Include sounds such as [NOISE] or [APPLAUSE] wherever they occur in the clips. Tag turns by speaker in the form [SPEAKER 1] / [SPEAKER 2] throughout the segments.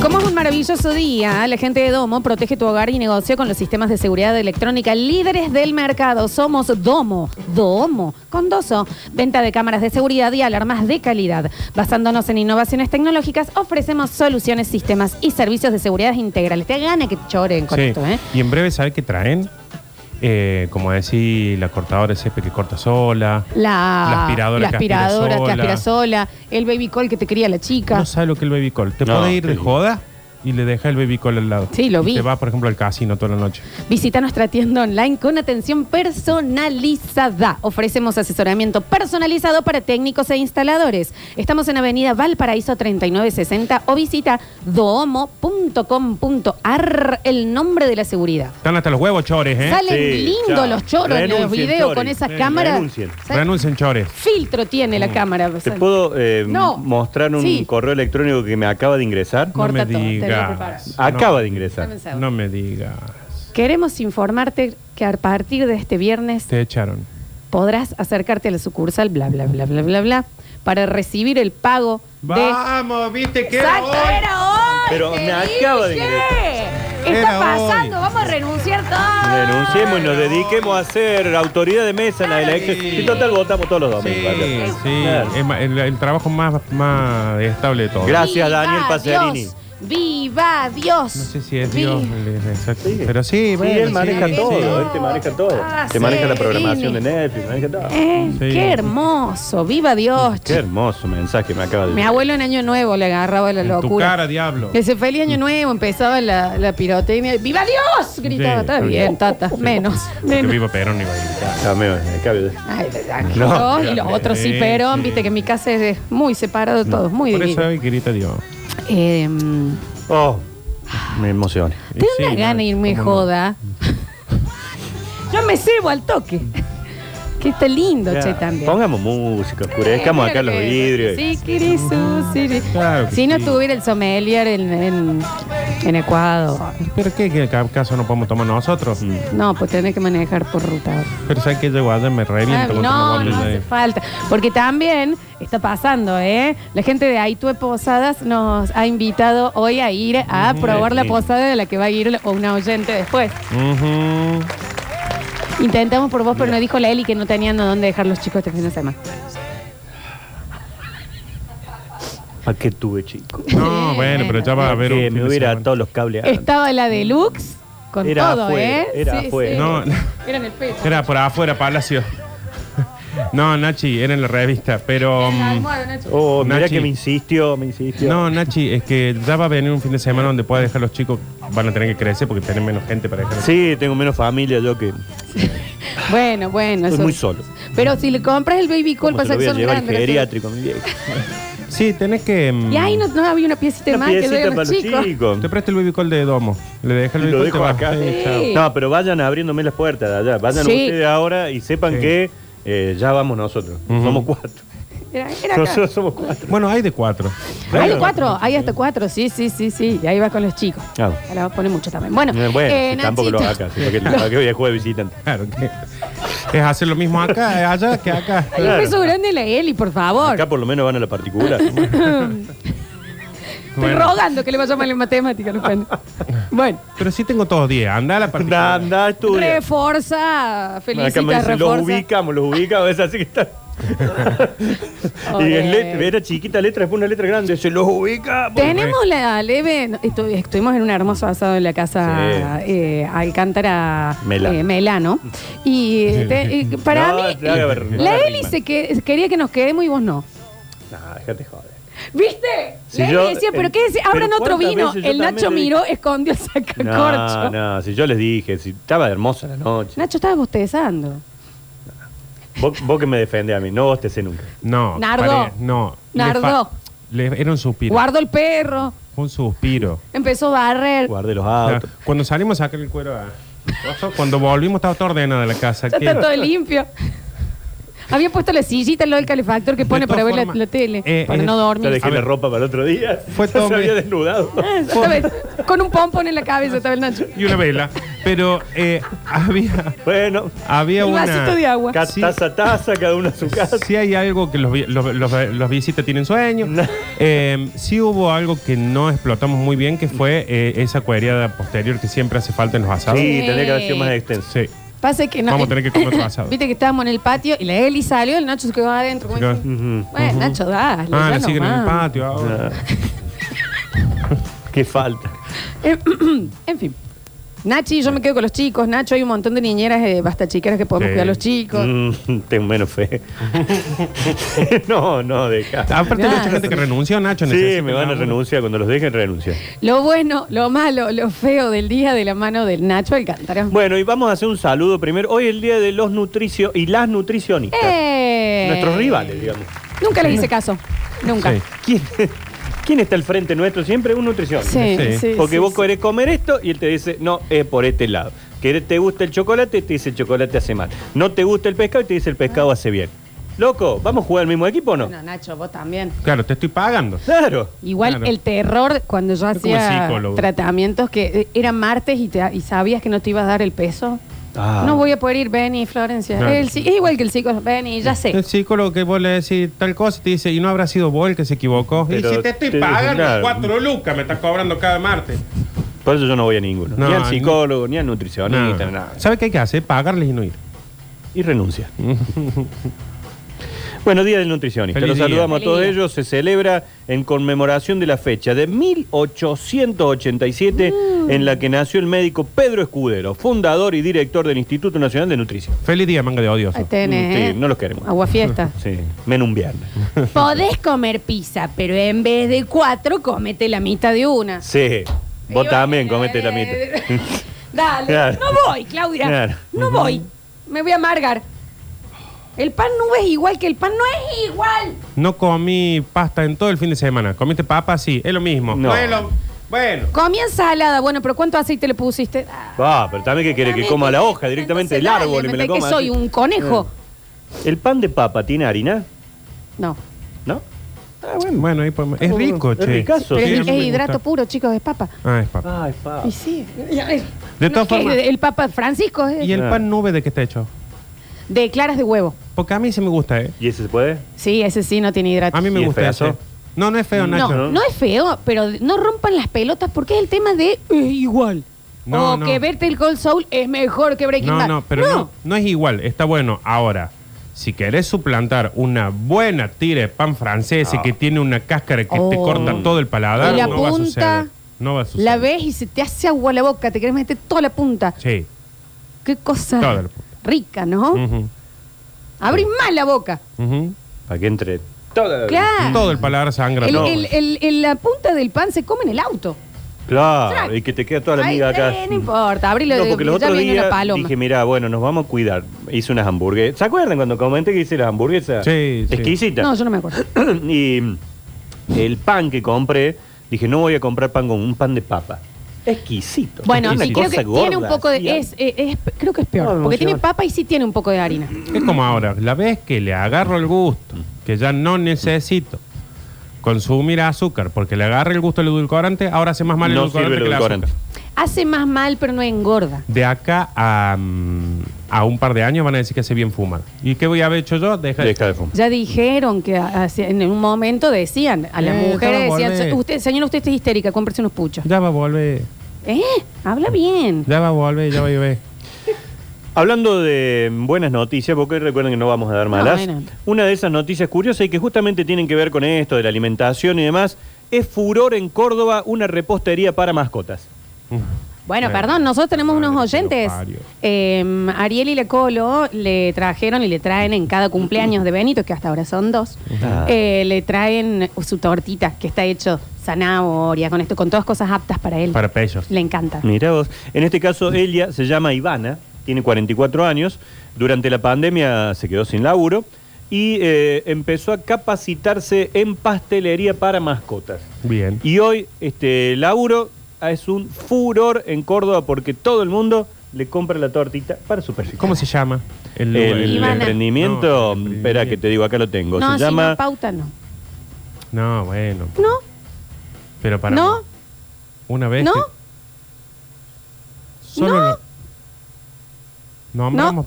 [SPEAKER 1] Como es un maravilloso día, la gente de Domo protege tu hogar y negocio con los sistemas de seguridad electrónica líderes del mercado. Somos Domo, Domo, con Doso. Venta de cámaras de seguridad y alarmas de calidad. Basándonos en innovaciones tecnológicas, ofrecemos soluciones, sistemas y servicios de seguridad integrales. Te gana que choren con
[SPEAKER 2] Sí.
[SPEAKER 1] esto, ¿eh?
[SPEAKER 2] Y en breve, ¿sabes qué traen? Eh, como decir, la cortadora de césped que corta sola.
[SPEAKER 1] La,
[SPEAKER 2] La aspiradora
[SPEAKER 1] la
[SPEAKER 2] que
[SPEAKER 1] aspiradora que
[SPEAKER 2] aspira sola.
[SPEAKER 1] aspira sola, el baby call que te cría la chica.
[SPEAKER 2] No sabe lo que es el baby call. Te
[SPEAKER 3] No,
[SPEAKER 2] puede ir
[SPEAKER 3] qué
[SPEAKER 2] de
[SPEAKER 3] lindo.
[SPEAKER 2] joda y le deja el baby call al lado.
[SPEAKER 1] Sí, lo
[SPEAKER 2] Y
[SPEAKER 1] vi.
[SPEAKER 2] te va, por ejemplo, al casino toda la noche.
[SPEAKER 1] Visita nuestra tienda online con atención personalizada. Ofrecemos asesoramiento personalizado para técnicos e instaladores. Estamos en Avenida Valparaíso 3960 o visita domo.com.ar, el nombre de la seguridad.
[SPEAKER 2] Están hasta los huevos chores, ¿eh?
[SPEAKER 1] Salen
[SPEAKER 3] Sí,
[SPEAKER 1] lindos
[SPEAKER 3] ya.
[SPEAKER 1] los choros en los
[SPEAKER 3] Renuncien,
[SPEAKER 1] videos
[SPEAKER 3] chores.
[SPEAKER 1] con esas
[SPEAKER 3] Sí,
[SPEAKER 1] cámaras.
[SPEAKER 3] renuncien. Mm.
[SPEAKER 1] Sale-
[SPEAKER 2] Renuncien chores.
[SPEAKER 1] Filtro tiene la cámara.
[SPEAKER 3] ¿Te puedo eh,
[SPEAKER 1] No.
[SPEAKER 3] mostrar un
[SPEAKER 1] Sí.
[SPEAKER 3] correo electrónico que me acaba de ingresar?
[SPEAKER 1] Corta
[SPEAKER 2] no me
[SPEAKER 1] todo, te lo
[SPEAKER 2] digas.
[SPEAKER 1] preparas.
[SPEAKER 3] Acaba de
[SPEAKER 1] Dame
[SPEAKER 3] ingresar.
[SPEAKER 1] un segundo.
[SPEAKER 2] No me digas.
[SPEAKER 1] Queremos informarte que a partir de este viernes
[SPEAKER 2] Te echaron.
[SPEAKER 1] podrás acercarte a la sucursal, bla, bla, bla, bla, bla, bla, para recibir el pago de...
[SPEAKER 2] Vamos, viste que era
[SPEAKER 1] ¡Exacto,
[SPEAKER 2] hoy.
[SPEAKER 1] era hoy!
[SPEAKER 3] Pero
[SPEAKER 1] te
[SPEAKER 3] me acaba de
[SPEAKER 1] dije.
[SPEAKER 3] ingresar.
[SPEAKER 1] Está
[SPEAKER 2] Era
[SPEAKER 1] pasando,
[SPEAKER 2] hoy.
[SPEAKER 1] vamos a renunciar todos.
[SPEAKER 3] Denunciemos y nos dediquemos a ser autoridad de mesa en la elección.
[SPEAKER 2] Sí.
[SPEAKER 3] Y total, votamos todos los
[SPEAKER 2] Sí,
[SPEAKER 3] domingos. acá.
[SPEAKER 2] sí.
[SPEAKER 3] Claro.
[SPEAKER 2] Es ma- El, el trabajo más, más estable de todo.
[SPEAKER 3] Gracias. Daniel
[SPEAKER 1] Dios,
[SPEAKER 3] Paserini.
[SPEAKER 1] ¡Viva Dios!
[SPEAKER 2] No sé si es
[SPEAKER 1] Vi-
[SPEAKER 2] Dios. el- exacto.
[SPEAKER 3] Sí.
[SPEAKER 2] Pero sí,
[SPEAKER 3] Sí,
[SPEAKER 2] bueno,
[SPEAKER 3] él maneja
[SPEAKER 2] sí,
[SPEAKER 3] todo,
[SPEAKER 2] sí.
[SPEAKER 3] él te maneja todo.
[SPEAKER 1] Ah,
[SPEAKER 3] te maneja la
[SPEAKER 1] sí.
[SPEAKER 3] programación de Netflix, maneja todo.
[SPEAKER 1] Eh,
[SPEAKER 2] Sí.
[SPEAKER 1] ¡Qué hermoso! ¡Viva Dios!
[SPEAKER 3] Qué hermoso mensaje me acaba de
[SPEAKER 1] Mi abuelo en Año Nuevo le agarraba la
[SPEAKER 2] En
[SPEAKER 1] locura.
[SPEAKER 2] tu cara, diablo.
[SPEAKER 1] Le dice, feliz año nuevo, empezaba la, la pirotecnia. ¡Viva Dios! Gritaba, está
[SPEAKER 2] Sí, está
[SPEAKER 1] bien,
[SPEAKER 2] bien.
[SPEAKER 1] tata, menos.
[SPEAKER 2] Que
[SPEAKER 1] menos.
[SPEAKER 2] viva Perón iba a gritar.
[SPEAKER 3] Ah, me- me acaba de-
[SPEAKER 1] Ay, de Ángel
[SPEAKER 3] No,
[SPEAKER 1] Ross y los
[SPEAKER 2] grande.
[SPEAKER 1] otros sí,
[SPEAKER 2] Sí,
[SPEAKER 1] Perón,
[SPEAKER 2] sí.
[SPEAKER 1] viste que mi casa es muy separado de todos, muy
[SPEAKER 2] Por eso
[SPEAKER 1] divino.
[SPEAKER 2] hoy grita Dios.
[SPEAKER 1] Eh, mm,
[SPEAKER 3] Oh, me emocioné.
[SPEAKER 2] Y
[SPEAKER 1] tengo
[SPEAKER 2] sí,
[SPEAKER 1] una
[SPEAKER 2] ¿no?
[SPEAKER 1] gana de irme
[SPEAKER 2] ¿Cómo no? [LAUGHS]
[SPEAKER 1] joda. Yo me cebo al toque. que está lindo, che,
[SPEAKER 3] Ya,
[SPEAKER 1] también. Eh,
[SPEAKER 3] Pongamos música, oscurezcamos acá los vidrios.
[SPEAKER 1] Sí, Kirisu, sí.
[SPEAKER 2] Claro que
[SPEAKER 1] Si no
[SPEAKER 2] sí.
[SPEAKER 1] tuviera el sommelier en, en, en Ecuador.
[SPEAKER 2] ¿Pero qué? ¿Que acaso no podemos tomar nosotros?
[SPEAKER 1] No, pues tenés que manejar por ruta.
[SPEAKER 2] Pero sabes que llego allá me
[SPEAKER 1] Ah,
[SPEAKER 2] reviento. cuando tomo
[SPEAKER 1] No,
[SPEAKER 2] botellas
[SPEAKER 1] no hace
[SPEAKER 2] de-
[SPEAKER 1] falta. Porque también está pasando, ¿eh? La gente de Aitue Posadas nos ha invitado hoy a ir a probar la
[SPEAKER 3] sí.
[SPEAKER 1] posada de la que va a ir una oyente después.
[SPEAKER 2] Ujú.
[SPEAKER 1] Intentamos por vos, pero nos dijo la Eli que no tenían a dónde dejar los chicos este fin de semana.
[SPEAKER 3] ¿Para qué tuve, chico?
[SPEAKER 2] No, bueno, pero ya va a haber un.
[SPEAKER 3] Que
[SPEAKER 2] fin
[SPEAKER 3] me
[SPEAKER 2] de
[SPEAKER 3] hubiera
[SPEAKER 2] semana.
[SPEAKER 3] atado los cables. antes.
[SPEAKER 1] Estaba la deluxe con
[SPEAKER 3] Mm. Era
[SPEAKER 1] todo,
[SPEAKER 3] afuera,
[SPEAKER 1] ¿eh?
[SPEAKER 3] era afuera.
[SPEAKER 2] No, [LAUGHS] no.
[SPEAKER 1] Era en el pecho.
[SPEAKER 2] Era por afuera, Palacio. [LAUGHS] No, Nachi, era en la revista, pero.
[SPEAKER 1] En la
[SPEAKER 2] mm,
[SPEAKER 1] almohada, Nacho.
[SPEAKER 3] Oh, mira
[SPEAKER 2] Nachi.
[SPEAKER 3] que me insistió, me insistió.
[SPEAKER 2] No, Nachi, es que ya va a venir un fin de semana donde pueda dejar los chicos. Van a tener que crecer porque tienen menos gente para dejar.
[SPEAKER 3] Sí, tengo menos familia yo que.
[SPEAKER 1] Bueno, bueno.
[SPEAKER 3] Estoy
[SPEAKER 1] eso-
[SPEAKER 3] muy solo.
[SPEAKER 1] Pero si le compras el baby cool,
[SPEAKER 3] ¿Cómo se
[SPEAKER 1] pasa
[SPEAKER 3] lo
[SPEAKER 1] que
[SPEAKER 3] voy a
[SPEAKER 1] son
[SPEAKER 3] llevar al
[SPEAKER 1] grandes.
[SPEAKER 3] geriátrico, mi viejo?
[SPEAKER 1] [LAUGHS]
[SPEAKER 2] Sí, tenés que. mm,
[SPEAKER 1] Y ahí no, no había una piecita de
[SPEAKER 3] Una
[SPEAKER 1] más que
[SPEAKER 3] piecita
[SPEAKER 1] vean
[SPEAKER 3] para
[SPEAKER 1] los
[SPEAKER 3] los
[SPEAKER 1] chicos.
[SPEAKER 3] chicos.
[SPEAKER 2] Te presto el baby call de Domo. Le deja el
[SPEAKER 3] Y
[SPEAKER 2] baby call,
[SPEAKER 3] lo
[SPEAKER 2] te
[SPEAKER 3] dejo
[SPEAKER 2] vas.
[SPEAKER 3] acá.
[SPEAKER 2] Sí, chao.
[SPEAKER 1] Sí.
[SPEAKER 3] No, pero vayan abriéndome las puertas de allá. Vayan
[SPEAKER 1] Sí.
[SPEAKER 3] ustedes ahora y sepan
[SPEAKER 2] Sí.
[SPEAKER 3] que eh, ya vamos nosotros.
[SPEAKER 2] Ujú.
[SPEAKER 3] Somos cuatro.
[SPEAKER 1] Era, era acá.
[SPEAKER 3] Nosotros somos cuatro.
[SPEAKER 2] Bueno, hay de cuatro. [LAUGHS]
[SPEAKER 1] Hay de cuatro, hay hasta cuatro, sí, sí, sí, sí. Y ahí vas con los chicos.
[SPEAKER 3] Ah.
[SPEAKER 1] Ya La vas a poner mucho también. Bueno,
[SPEAKER 3] Eh, Bueno,
[SPEAKER 1] eh,
[SPEAKER 3] si tampoco lo hago
[SPEAKER 1] Nachito.
[SPEAKER 3] acá, sí, porque para que voy a jugar de visitante.
[SPEAKER 2] Claro que es hacer lo mismo acá, eh, allá que acá.
[SPEAKER 1] Ay, un
[SPEAKER 3] Claro.
[SPEAKER 1] beso grande a la Eli, por favor.
[SPEAKER 3] Acá por lo menos van a la particular.
[SPEAKER 1] Estoy
[SPEAKER 2] Bueno.
[SPEAKER 1] rogando que le vaya mal en matemáticas,
[SPEAKER 3] [LAUGHS]
[SPEAKER 1] Luján. bueno,
[SPEAKER 2] Pero sí tengo todos 10. Anda a la
[SPEAKER 3] Anda,
[SPEAKER 2] partida.
[SPEAKER 3] anda, estudia.
[SPEAKER 1] reforza, felicita,
[SPEAKER 3] Acá me dicen, los
[SPEAKER 1] reforza.
[SPEAKER 3] ubicamos, los ubicamos, es así que está. y
[SPEAKER 1] Oye.
[SPEAKER 3] en letra, era chiquita letra, después una letra grande, se los ubicamos.
[SPEAKER 1] Tenemos la leve, no, estu- estuvimos en un hermoso asado en la casa eh, Alcántara
[SPEAKER 3] Melano.
[SPEAKER 1] eh, Melano. Y, eh, te-
[SPEAKER 3] [LAUGHS]
[SPEAKER 1] y para
[SPEAKER 3] No,
[SPEAKER 1] mí,
[SPEAKER 3] te haga ver- no
[SPEAKER 1] la
[SPEAKER 3] la
[SPEAKER 1] Eli
[SPEAKER 3] rima.
[SPEAKER 1] se que- quería que nos quedemos y vos no.
[SPEAKER 3] Nah, déjate joder.
[SPEAKER 1] ¿Viste?
[SPEAKER 3] Si
[SPEAKER 1] la Eli
[SPEAKER 3] yo-
[SPEAKER 1] decía, pero
[SPEAKER 3] eh,
[SPEAKER 1] qué decía, abran
[SPEAKER 3] pero
[SPEAKER 1] otro
[SPEAKER 3] ¿cuántas
[SPEAKER 1] vino.
[SPEAKER 3] veces yo
[SPEAKER 1] El
[SPEAKER 3] también
[SPEAKER 1] Nacho
[SPEAKER 3] le dije?
[SPEAKER 1] miró, escondió, saca [LAUGHS] corcho.
[SPEAKER 3] No, no, si yo les dije, si estaba hermosa la noche.
[SPEAKER 1] Nacho estaba bostezando.
[SPEAKER 3] Vos, vos que me defendés a mí, no vos te sé nunca.
[SPEAKER 2] No.
[SPEAKER 1] Nardo.
[SPEAKER 2] pare- no. Le
[SPEAKER 1] Nardo.
[SPEAKER 2] fa- le- era un suspiro.
[SPEAKER 1] Guardo el perro,
[SPEAKER 2] Fue un suspiro.
[SPEAKER 1] empezó a barrer.
[SPEAKER 3] Guardé los
[SPEAKER 2] O sea,
[SPEAKER 3] autos.
[SPEAKER 2] cuando salimos a sacar el [LAUGHS] cuero a... Oso, Cuando volvimos estaba todo ordenado de la casa.
[SPEAKER 1] Ya
[SPEAKER 2] ¿Qué?
[SPEAKER 1] está todo limpio. Había puesto la sillita en lo del calefactor que
[SPEAKER 2] De
[SPEAKER 1] pone para
[SPEAKER 2] todas
[SPEAKER 1] ver la,
[SPEAKER 2] formas,
[SPEAKER 1] la tele,
[SPEAKER 2] eh,
[SPEAKER 1] para
[SPEAKER 2] eh,
[SPEAKER 1] no
[SPEAKER 3] Ya
[SPEAKER 1] dormir. Ah,
[SPEAKER 2] A
[SPEAKER 3] dejé la
[SPEAKER 2] ver.
[SPEAKER 3] ropa para el otro día.
[SPEAKER 2] Fue
[SPEAKER 3] Ya
[SPEAKER 2] Tommy.
[SPEAKER 3] se había desnudado.
[SPEAKER 1] [LAUGHS] Esta vez, Con un pompón en la cabeza estaba el Nacho.
[SPEAKER 2] Y una vela. Pero eh, había,
[SPEAKER 3] Bueno,
[SPEAKER 2] había
[SPEAKER 1] Un
[SPEAKER 2] una.
[SPEAKER 1] vasito de agua.
[SPEAKER 3] ca-
[SPEAKER 2] Sí.
[SPEAKER 3] taza, taza, cada uno a su casa.
[SPEAKER 2] Si hay algo que los, vi- los, los, los visitas tienen sueño.
[SPEAKER 3] No.
[SPEAKER 2] Eh, sí hubo algo que no explotamos muy bien, que fue eh, esa cuereada posterior que siempre hace falta en los asados.
[SPEAKER 3] Sí, tendría que haber sido más extenso.
[SPEAKER 2] Sí.
[SPEAKER 1] Pasa que no. eh,
[SPEAKER 2] Vamos a tener que comer otro asado.
[SPEAKER 1] Viste que estábamos en el patio y la Eli salió, el Nacho se quedó adentro. como
[SPEAKER 2] Se quedó- mm,
[SPEAKER 1] diciendo,
[SPEAKER 3] Ujú.
[SPEAKER 1] Bueno, Nacho, dale.
[SPEAKER 2] Ah,
[SPEAKER 1] ya
[SPEAKER 2] la siguen en el
[SPEAKER 1] nomás".
[SPEAKER 2] patio ahora.
[SPEAKER 3] Ah. [LAUGHS] Qué falta.
[SPEAKER 1] Eh, [CLEARS THROAT] en fin. Nachi, yo me quedo con los chicos. Nacho, hay un montón de niñeras, eh, basta chiqueras que podemos
[SPEAKER 2] Sí.
[SPEAKER 1] cuidar a los chicos.
[SPEAKER 3] Mm, tengo menos fe. [LAUGHS] no, no, deja.
[SPEAKER 2] Aparte,
[SPEAKER 1] Nada.
[SPEAKER 2] mucha gente que renunció, Nacho.
[SPEAKER 3] Sí,
[SPEAKER 2] Ah, necesita
[SPEAKER 3] me van a
[SPEAKER 2] un laburo.
[SPEAKER 3] renunciar. Cuando los dejen, renunciar.
[SPEAKER 1] Lo bueno, lo malo, lo feo del día de la mano del Nacho Alcántara.
[SPEAKER 3] Bueno, y vamos a hacer un saludo primero. Hoy es el día de los nutricio y las nutricionistas.
[SPEAKER 1] ¡Eh!
[SPEAKER 3] Nuestros rivales, digamos.
[SPEAKER 1] Nunca les hice caso. Nunca.
[SPEAKER 2] Sí.
[SPEAKER 3] ¿Quién, [LAUGHS] quién está al frente nuestro? Siempre un nutricionista.
[SPEAKER 1] Sí, sí.
[SPEAKER 2] Sí.
[SPEAKER 3] Porque
[SPEAKER 1] sí,
[SPEAKER 3] vos
[SPEAKER 1] sí.
[SPEAKER 3] querés comer esto y él te dice, no, es por este lado. Que te gusta el chocolate, te dice el chocolate hace mal. No te gusta el pescado y te dice el pescado
[SPEAKER 1] Ah.
[SPEAKER 3] hace bien. Loco, ¿vamos a jugar al mismo equipo o no?
[SPEAKER 1] Bueno, Nacho, vos también.
[SPEAKER 2] Claro, te estoy pagando.
[SPEAKER 3] Claro.
[SPEAKER 1] Igual
[SPEAKER 2] Claro.
[SPEAKER 1] el terror cuando yo
[SPEAKER 2] como
[SPEAKER 1] hacía
[SPEAKER 2] psicólogo.
[SPEAKER 1] tratamientos que eh, era martes y, te- y sabías que no te iba a dar el peso.
[SPEAKER 3] Ah.
[SPEAKER 1] No voy a poder ir, Benny, Florencia.
[SPEAKER 2] Claro.
[SPEAKER 1] El sí- es igual que el psicólogo, Benny, ya sé.
[SPEAKER 2] El psicólogo que vos le decís tal cosa te dice, y no habrá sido vos el que se equivocó.
[SPEAKER 3] Pero
[SPEAKER 2] y si te estoy
[SPEAKER 3] te-
[SPEAKER 2] pagando
[SPEAKER 3] claro.
[SPEAKER 2] cuatro lucas, me estás cobrando cada martes.
[SPEAKER 3] Por eso yo no voy a ninguno.
[SPEAKER 2] No,
[SPEAKER 3] ni al
[SPEAKER 2] ni-
[SPEAKER 3] psicólogo, ni al nutricionista, nada.
[SPEAKER 2] ¿Sabes qué hay que hacer? Pagarles y no ir. [LAUGHS]
[SPEAKER 3] Y renuncia. bueno, Día del Nutricionista.
[SPEAKER 2] Feliz
[SPEAKER 3] Los
[SPEAKER 2] día.
[SPEAKER 3] saludamos
[SPEAKER 1] Feliz
[SPEAKER 3] a todos
[SPEAKER 1] día.
[SPEAKER 3] ellos. Se celebra en conmemoración de la fecha de 1887
[SPEAKER 1] Mm.
[SPEAKER 3] en la que nació el médico Pedro Escudero, fundador y director del Instituto Nacional de Nutrición.
[SPEAKER 2] Feliz día, manga de odioso.
[SPEAKER 1] Ahí tenés,
[SPEAKER 3] Sí,
[SPEAKER 1] ¿eh?
[SPEAKER 3] no los queremos.
[SPEAKER 1] Agua
[SPEAKER 3] [LAUGHS]
[SPEAKER 1] fiesta.
[SPEAKER 3] Sí, menos un viernes.
[SPEAKER 1] Podés comer pizza, pero en vez de cuatro, comete la mitad de una.
[SPEAKER 3] Sí, vos también comete la mitad.
[SPEAKER 1] eh, [LAUGHS]
[SPEAKER 3] [LAUGHS]
[SPEAKER 1] Dale,
[SPEAKER 3] Claro.
[SPEAKER 1] no voy, Claudia.
[SPEAKER 3] Claro.
[SPEAKER 1] No voy. Me voy a amargar. El pan no es igual que el pan no es igual.
[SPEAKER 2] No comí pasta en todo el fin de semana. ¿Comiste papa? Sí, es lo mismo.
[SPEAKER 3] No.
[SPEAKER 2] Bueno, bueno.
[SPEAKER 1] Comí ensalada, bueno, pero ¿cuánto aceite le pusiste? Ah,
[SPEAKER 3] Va, pero también que quiere que
[SPEAKER 1] dame,
[SPEAKER 3] coma la
[SPEAKER 1] dame,
[SPEAKER 3] hoja directamente del
[SPEAKER 1] entonces dale,
[SPEAKER 3] árbol y me
[SPEAKER 1] meté
[SPEAKER 3] la
[SPEAKER 1] que
[SPEAKER 3] coma.
[SPEAKER 1] soy
[SPEAKER 3] así. Mm.
[SPEAKER 1] un conejo.
[SPEAKER 3] ¿El pan de papa tiene harina?
[SPEAKER 1] No.
[SPEAKER 3] ¿No? Ah,
[SPEAKER 2] Bueno, ahí podemos- es rico,
[SPEAKER 3] Es
[SPEAKER 2] che.
[SPEAKER 3] ricazo,
[SPEAKER 1] Pero
[SPEAKER 2] a
[SPEAKER 3] sí,
[SPEAKER 1] es,
[SPEAKER 2] mí me
[SPEAKER 1] es
[SPEAKER 2] gusta.
[SPEAKER 1] hidrato puro, chicos, es papa.
[SPEAKER 2] Ah, es papa.
[SPEAKER 3] Ay, papa.
[SPEAKER 1] Y sí.
[SPEAKER 2] De
[SPEAKER 1] No,
[SPEAKER 2] todas
[SPEAKER 1] es que
[SPEAKER 2] formas-
[SPEAKER 1] El papa Francisco es
[SPEAKER 2] ¿Y el
[SPEAKER 3] Claro.
[SPEAKER 2] pan nube de qué está hecho?
[SPEAKER 1] de claras de huevo.
[SPEAKER 2] Porque a mí sí me gusta, ¿eh?
[SPEAKER 3] ¿Y ese se puede?
[SPEAKER 1] Sí, ese sí no tiene hidrato.
[SPEAKER 2] A mí me
[SPEAKER 3] ¿Y es
[SPEAKER 2] gusta
[SPEAKER 3] feo
[SPEAKER 2] eso.
[SPEAKER 3] eso?
[SPEAKER 2] No, no es feo,
[SPEAKER 1] No,
[SPEAKER 2] Nacho.
[SPEAKER 1] no, es feo, pero no rompan las pelotas porque es el tema de eh, igual.
[SPEAKER 2] No,
[SPEAKER 1] o
[SPEAKER 2] no.
[SPEAKER 1] que verte el Cold Soul es mejor que Breaking
[SPEAKER 2] No,
[SPEAKER 1] Bad.
[SPEAKER 2] no, pero no. no es igual, está bueno. Ahora, si querés suplantar una buena tira de pan francés
[SPEAKER 3] Ah.
[SPEAKER 2] y que tiene una cáscara que te
[SPEAKER 1] Oh.
[SPEAKER 2] corta todo el paladar,
[SPEAKER 1] Y la
[SPEAKER 2] no va a
[SPEAKER 1] punta,
[SPEAKER 2] suceder. No va a suceder.
[SPEAKER 1] La ves y se te hace agua la boca, te querés meter toda la punta.
[SPEAKER 2] Sí.
[SPEAKER 1] Qué cosa
[SPEAKER 2] Toda la punta. Mm.
[SPEAKER 1] rica, ¿no?
[SPEAKER 2] Ujú,
[SPEAKER 1] Abrí más la boca.
[SPEAKER 2] ujú.
[SPEAKER 3] Para que entre toda la-
[SPEAKER 1] Claro.
[SPEAKER 2] Todo el paladar sangra.
[SPEAKER 1] Ah. El-
[SPEAKER 2] todo.
[SPEAKER 1] el- el- el- la punta del pan se come en el auto.
[SPEAKER 3] Claro, y que te queda toda la
[SPEAKER 1] Ay,
[SPEAKER 3] miga acá.
[SPEAKER 1] eh, no importa, abrilo,
[SPEAKER 3] No, porque los
[SPEAKER 1] ya
[SPEAKER 3] otros
[SPEAKER 1] viene una
[SPEAKER 3] días
[SPEAKER 1] paloma.
[SPEAKER 3] dije, mira, bueno, nos vamos a cuidar. Hice unas hamburguesas. ¿Se acuerdan cuando comenté que hice las hamburguesas?
[SPEAKER 2] Sí, sí.
[SPEAKER 3] Exquisitas.
[SPEAKER 1] No, yo no me
[SPEAKER 3] [COUGHS]
[SPEAKER 1] acuerdo.
[SPEAKER 3] [CLEARS THROAT] y mm, el pan que compré, dije, no voy a comprar pan con un pan de papa. Exquisito.
[SPEAKER 1] Bueno,
[SPEAKER 3] Una
[SPEAKER 1] y creo
[SPEAKER 3] cosa
[SPEAKER 1] que tiene un
[SPEAKER 3] gorda,
[SPEAKER 1] poco
[SPEAKER 3] así,
[SPEAKER 1] de. Es, eh, es- creo que es peor.
[SPEAKER 3] No, me
[SPEAKER 1] porque tiene
[SPEAKER 3] emociona.
[SPEAKER 1] papa y sí tiene un poco de harina.
[SPEAKER 2] Es como ahora, la vez que le agarro el gusto, que ya no necesito consumir azúcar porque le agarra el gusto al edulcorante, ahora hace más mal el
[SPEAKER 3] No
[SPEAKER 2] edulcorante
[SPEAKER 3] sirve el
[SPEAKER 2] que el
[SPEAKER 3] edulcorante.
[SPEAKER 2] azúcar.
[SPEAKER 1] Hace más mal, pero no engorda.
[SPEAKER 2] De acá a, mm, a un par de años van a decir que hace bien fumar. ¿Y qué voy a haber hecho yo? Deja,
[SPEAKER 3] Deja de fumar.
[SPEAKER 1] Ya dijeron que ah, hace- en un momento decían a las
[SPEAKER 2] Eh,
[SPEAKER 1] mujeres,
[SPEAKER 2] estaba
[SPEAKER 1] decían,
[SPEAKER 2] volvé.
[SPEAKER 1] usted, señora, usted está histérica, cómprese unos puchos.
[SPEAKER 2] Ya va a volver,
[SPEAKER 1] ¿Eh? Habla bien.
[SPEAKER 2] ya va a volver, ya va a volver.
[SPEAKER 3] Hablando de buenas noticias, porque hoy recuerden que no vamos a dar malas.
[SPEAKER 1] Ah, bueno.
[SPEAKER 3] Una de esas noticias curiosas y que justamente tienen que ver con esto de la alimentación y demás, es furor en Córdoba una repostería para mascotas.
[SPEAKER 1] Bueno,
[SPEAKER 2] Bueno,
[SPEAKER 1] perdón, nosotros tenemos
[SPEAKER 2] madre
[SPEAKER 1] unos
[SPEAKER 2] que lo
[SPEAKER 1] oyentes.
[SPEAKER 2] parió.
[SPEAKER 1] Eh, Ariel y la Colo le trajeron y le traen en cada cumpleaños de Benito, que hasta ahora son dos,
[SPEAKER 3] Ah.
[SPEAKER 1] eh, le traen su tortita, que está hecho zanahoria, con esto, con todas cosas aptas para él.
[SPEAKER 2] Para pellos.
[SPEAKER 1] Le encanta.
[SPEAKER 3] Mirá vos. En este caso, ella se llama Ivana, tiene 44 años. Durante la pandemia se quedó sin laburo y eh, empezó a capacitarse en pastelería para mascotas.
[SPEAKER 2] Bien.
[SPEAKER 3] ah, Y hoy este laburo es un furor en Córdoba porque todo el mundo le compra la tortita para su perfil.
[SPEAKER 2] ¿Cómo se llama?
[SPEAKER 3] El,
[SPEAKER 1] Ivana.
[SPEAKER 3] emprendimiento,
[SPEAKER 2] No, el
[SPEAKER 3] espera que te digo, acá lo tengo.
[SPEAKER 1] No,
[SPEAKER 3] se
[SPEAKER 1] si
[SPEAKER 3] llama
[SPEAKER 1] no, pauta no.
[SPEAKER 2] No, bueno.
[SPEAKER 1] No,
[SPEAKER 2] Pero para.
[SPEAKER 1] no,
[SPEAKER 2] Una vez.
[SPEAKER 1] ¿No?
[SPEAKER 2] que- Solo
[SPEAKER 1] ¿No?
[SPEAKER 2] no. Nombramos.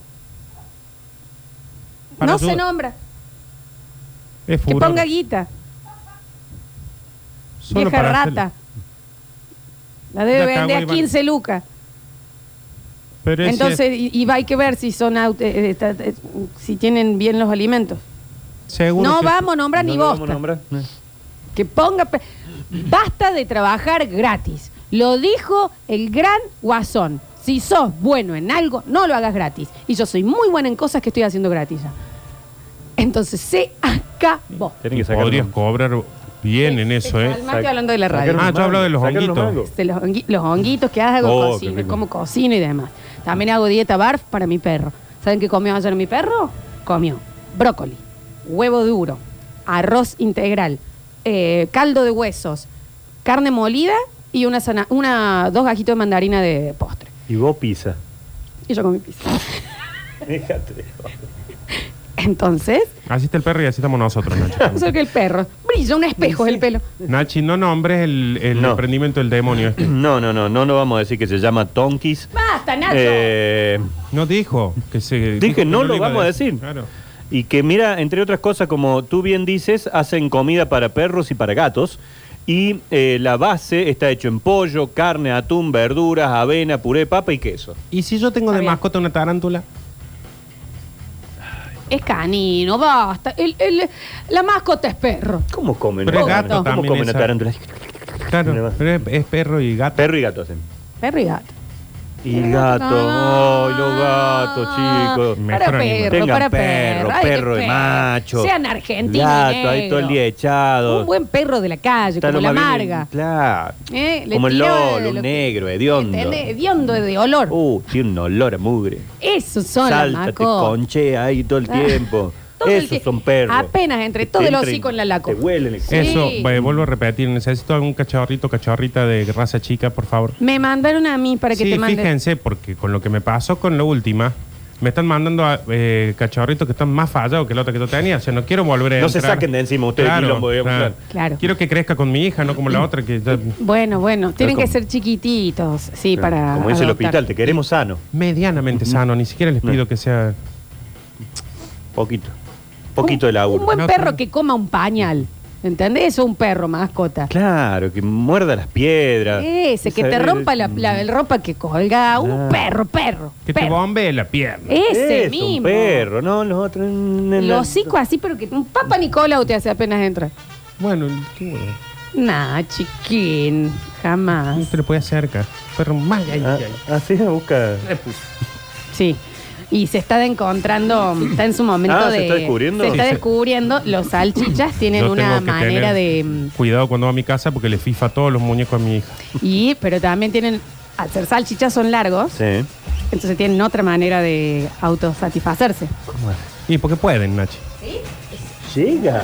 [SPEAKER 2] Para
[SPEAKER 1] no se
[SPEAKER 2] ayuda.
[SPEAKER 1] nombra.
[SPEAKER 2] Es
[SPEAKER 1] Que
[SPEAKER 2] furor.
[SPEAKER 1] ponga guita.
[SPEAKER 2] Solo
[SPEAKER 1] vieja
[SPEAKER 2] para
[SPEAKER 1] rata.
[SPEAKER 2] hacerlo.
[SPEAKER 1] La debe
[SPEAKER 2] Ya
[SPEAKER 1] vender
[SPEAKER 2] cagó
[SPEAKER 1] a
[SPEAKER 2] Iván.
[SPEAKER 1] 15 lucas.
[SPEAKER 2] Pero ese-
[SPEAKER 1] Entonces, y, y va hay que ver si son aut- eh, eh, ta- eh, si tienen bien los alimentos.
[SPEAKER 2] seguro
[SPEAKER 1] No
[SPEAKER 2] que-
[SPEAKER 1] vamos a nombrar
[SPEAKER 3] ¿No
[SPEAKER 1] ni
[SPEAKER 3] lo vamos a
[SPEAKER 1] bosta.
[SPEAKER 3] nombrar?
[SPEAKER 1] Que ponga. pe- Basta de trabajar gratis. Lo dijo el gran Guasón. Si sos bueno en algo, no lo hagas gratis. Y yo soy muy buena en cosas que estoy haciendo gratis ya. Entonces se acabó.
[SPEAKER 3] Tienen
[SPEAKER 2] Y
[SPEAKER 3] que sacar
[SPEAKER 2] podrías
[SPEAKER 3] los-
[SPEAKER 2] cobrar
[SPEAKER 1] Este
[SPEAKER 2] bien en eso, ¿eh?
[SPEAKER 1] Calma, estoy hablando de la radio.
[SPEAKER 3] sacar
[SPEAKER 2] Ah, yo hablo de los
[SPEAKER 3] mangos, sacar
[SPEAKER 2] honguitos.
[SPEAKER 3] mangos.
[SPEAKER 1] De este, los, hongui- los honguitos que hago,
[SPEAKER 3] Oh,
[SPEAKER 1] cocino,
[SPEAKER 3] qué rico.
[SPEAKER 1] como cocino y demás. También hago dieta barf para mi perro. ¿Saben qué comió ayer mi perro? Comió brócoli, huevo duro, arroz integral, eh, caldo de huesos, carne molida y una, sana- una dos gajitos de mandarina de postre.
[SPEAKER 3] Y
[SPEAKER 2] [LAUGHS]
[SPEAKER 3] vos pizza.
[SPEAKER 1] Y yo comí pizza. [LAUGHS]
[SPEAKER 3] Déjate de joder.
[SPEAKER 1] Entonces,
[SPEAKER 2] Así está el perro y así estamos nosotros, Nachi.
[SPEAKER 3] [LAUGHS]
[SPEAKER 1] solo que el perro brilla un espejo el pelo.
[SPEAKER 2] Nachi, no nombres el, el
[SPEAKER 3] No.
[SPEAKER 2] emprendimiento del demonio. este.
[SPEAKER 3] No, no, no, no, no vamos a decir que se llama Tonkis.
[SPEAKER 1] ¡Basta, Nacho!
[SPEAKER 3] Eh,
[SPEAKER 2] No dijo que se.
[SPEAKER 3] Dije,
[SPEAKER 2] dijo que
[SPEAKER 3] no lo
[SPEAKER 2] iba
[SPEAKER 3] vamos a decir.
[SPEAKER 2] Claro.
[SPEAKER 3] Y que mira, entre otras cosas, como tú bien dices, hacen comida para perros y para gatos. Y eh, la base está hecho en pollo, carne, atún, verduras, avena, puré, de papa y queso.
[SPEAKER 2] ¿Y si yo tengo
[SPEAKER 1] Está
[SPEAKER 2] de
[SPEAKER 1] bien.
[SPEAKER 2] mascota una tarántula?
[SPEAKER 1] Es canino, basta. El- el- la mascota es perro.
[SPEAKER 3] ¿Cómo comen?
[SPEAKER 2] Pero
[SPEAKER 1] es
[SPEAKER 3] ¿Cómo
[SPEAKER 1] gato
[SPEAKER 3] comen? ¿Cómo
[SPEAKER 2] también
[SPEAKER 3] comen
[SPEAKER 2] esa.
[SPEAKER 3] la tarántula?
[SPEAKER 2] Claro, pero es, es perro y gato.
[SPEAKER 3] Perro y gato hacen.
[SPEAKER 1] Perro y gato.
[SPEAKER 3] Y gato. ¡Ay, los gatos, chicos!
[SPEAKER 2] Me-
[SPEAKER 1] Para
[SPEAKER 2] Mejor
[SPEAKER 1] Ah, perro,
[SPEAKER 2] animal.
[SPEAKER 3] Tengan
[SPEAKER 1] para perro.
[SPEAKER 3] perro,
[SPEAKER 1] Ay, qué
[SPEAKER 3] perro de macho.
[SPEAKER 1] Sean argentinos.
[SPEAKER 3] Gato, ahí todo el día echado.
[SPEAKER 1] Un buen perro de la calle,
[SPEAKER 3] Está
[SPEAKER 1] como la
[SPEAKER 3] lo más bien-
[SPEAKER 1] amarga.
[SPEAKER 3] Claro.
[SPEAKER 1] Eh, le
[SPEAKER 3] Como el
[SPEAKER 1] tiró de
[SPEAKER 3] lolo,
[SPEAKER 1] lo
[SPEAKER 3] un
[SPEAKER 1] que-
[SPEAKER 3] negro, hediondo.
[SPEAKER 1] ¿Entendés? Hediondo de olor.
[SPEAKER 3] Uh, tiene un olor a mugre.
[SPEAKER 1] Esos son las
[SPEAKER 3] Salta, te
[SPEAKER 1] mascotas.
[SPEAKER 3] conchea ahí todo el
[SPEAKER 1] Ah,
[SPEAKER 3] tiempo.
[SPEAKER 1] [LAUGHS] todo el
[SPEAKER 3] Esos
[SPEAKER 1] tie-
[SPEAKER 3] son perros.
[SPEAKER 1] Apenas entre todo
[SPEAKER 3] Te
[SPEAKER 1] el
[SPEAKER 3] entra y
[SPEAKER 1] hocico en la laco.
[SPEAKER 3] Te huelen el
[SPEAKER 1] Sí.
[SPEAKER 2] Eso, eh, vuelvo a repetir, necesito algún cachorrito, cachorrita de raza chica, por favor.
[SPEAKER 1] Me mandaron a mí para que
[SPEAKER 2] sí,
[SPEAKER 1] te mande.
[SPEAKER 2] fíjense, porque con lo que me pasó con la última, me están mandando a, eh, cachorritos que están más fallados que el otro que yo tenía. O sea, no quiero volver a
[SPEAKER 3] No se
[SPEAKER 2] entrar.
[SPEAKER 3] saquen de encima ustedes, quilombo, digamos, claro. Mm.
[SPEAKER 1] Claro.
[SPEAKER 2] Quiero que crezca con mi hija, no como la otra que ya-
[SPEAKER 1] Bueno, bueno, tienen
[SPEAKER 3] como-
[SPEAKER 1] que ser chiquititos, sí, para.
[SPEAKER 3] Como dice el
[SPEAKER 1] adoptar.
[SPEAKER 3] hospital, te queremos sano.
[SPEAKER 2] medianamente sano. Ni siquiera les
[SPEAKER 3] Mm.
[SPEAKER 2] pido que sea...
[SPEAKER 3] Poquito. Poquito
[SPEAKER 1] Un-
[SPEAKER 3] de laburo.
[SPEAKER 1] Un buen
[SPEAKER 2] No,
[SPEAKER 1] perro
[SPEAKER 2] claro.
[SPEAKER 1] que coma un pañal. ¿Entendés? Eso un perro mascota.
[SPEAKER 3] Claro, que muerda las piedras. mm,
[SPEAKER 1] Ese, que
[SPEAKER 3] Esa-
[SPEAKER 1] te rompa la, la- el ropa que colga. Un
[SPEAKER 3] Ah.
[SPEAKER 1] perro, perro.
[SPEAKER 2] Que te
[SPEAKER 1] perro.
[SPEAKER 2] bombee la pierna.
[SPEAKER 1] Ese
[SPEAKER 3] Es
[SPEAKER 1] mismo.
[SPEAKER 3] un perro, ¿no? Los otros... mm,
[SPEAKER 1] El hocico así, pero que un papa Nicolau te hace apenas entrar.
[SPEAKER 2] Bueno, qué bueno.
[SPEAKER 1] Nah, chiquín.
[SPEAKER 2] No
[SPEAKER 1] Jamás.
[SPEAKER 2] te lo puede acercar. Perro más gay
[SPEAKER 3] Ah,
[SPEAKER 2] que hay.
[SPEAKER 3] así se busca...
[SPEAKER 2] Eh,
[SPEAKER 1] Sí. Y se está encontrando, está en su momento
[SPEAKER 3] Ah,
[SPEAKER 1] de.
[SPEAKER 3] ¿se está descubriendo?
[SPEAKER 1] Se está
[SPEAKER 2] Sí, sí.
[SPEAKER 1] descubriendo. Los salchichas tienen
[SPEAKER 2] Yo
[SPEAKER 1] una
[SPEAKER 2] tengo que
[SPEAKER 1] manera de.
[SPEAKER 2] tener
[SPEAKER 1] mm,
[SPEAKER 2] Cuidado cuando va a mi casa porque le fifa todos los muñecos a mi hija.
[SPEAKER 1] Y, pero también tienen. Al ser salchichas son largos,
[SPEAKER 3] Sí.
[SPEAKER 1] entonces tienen otra manera de autosatisfacerse.
[SPEAKER 3] ¿Cómo es?
[SPEAKER 2] Y porque pueden, Nachi.
[SPEAKER 3] Llega.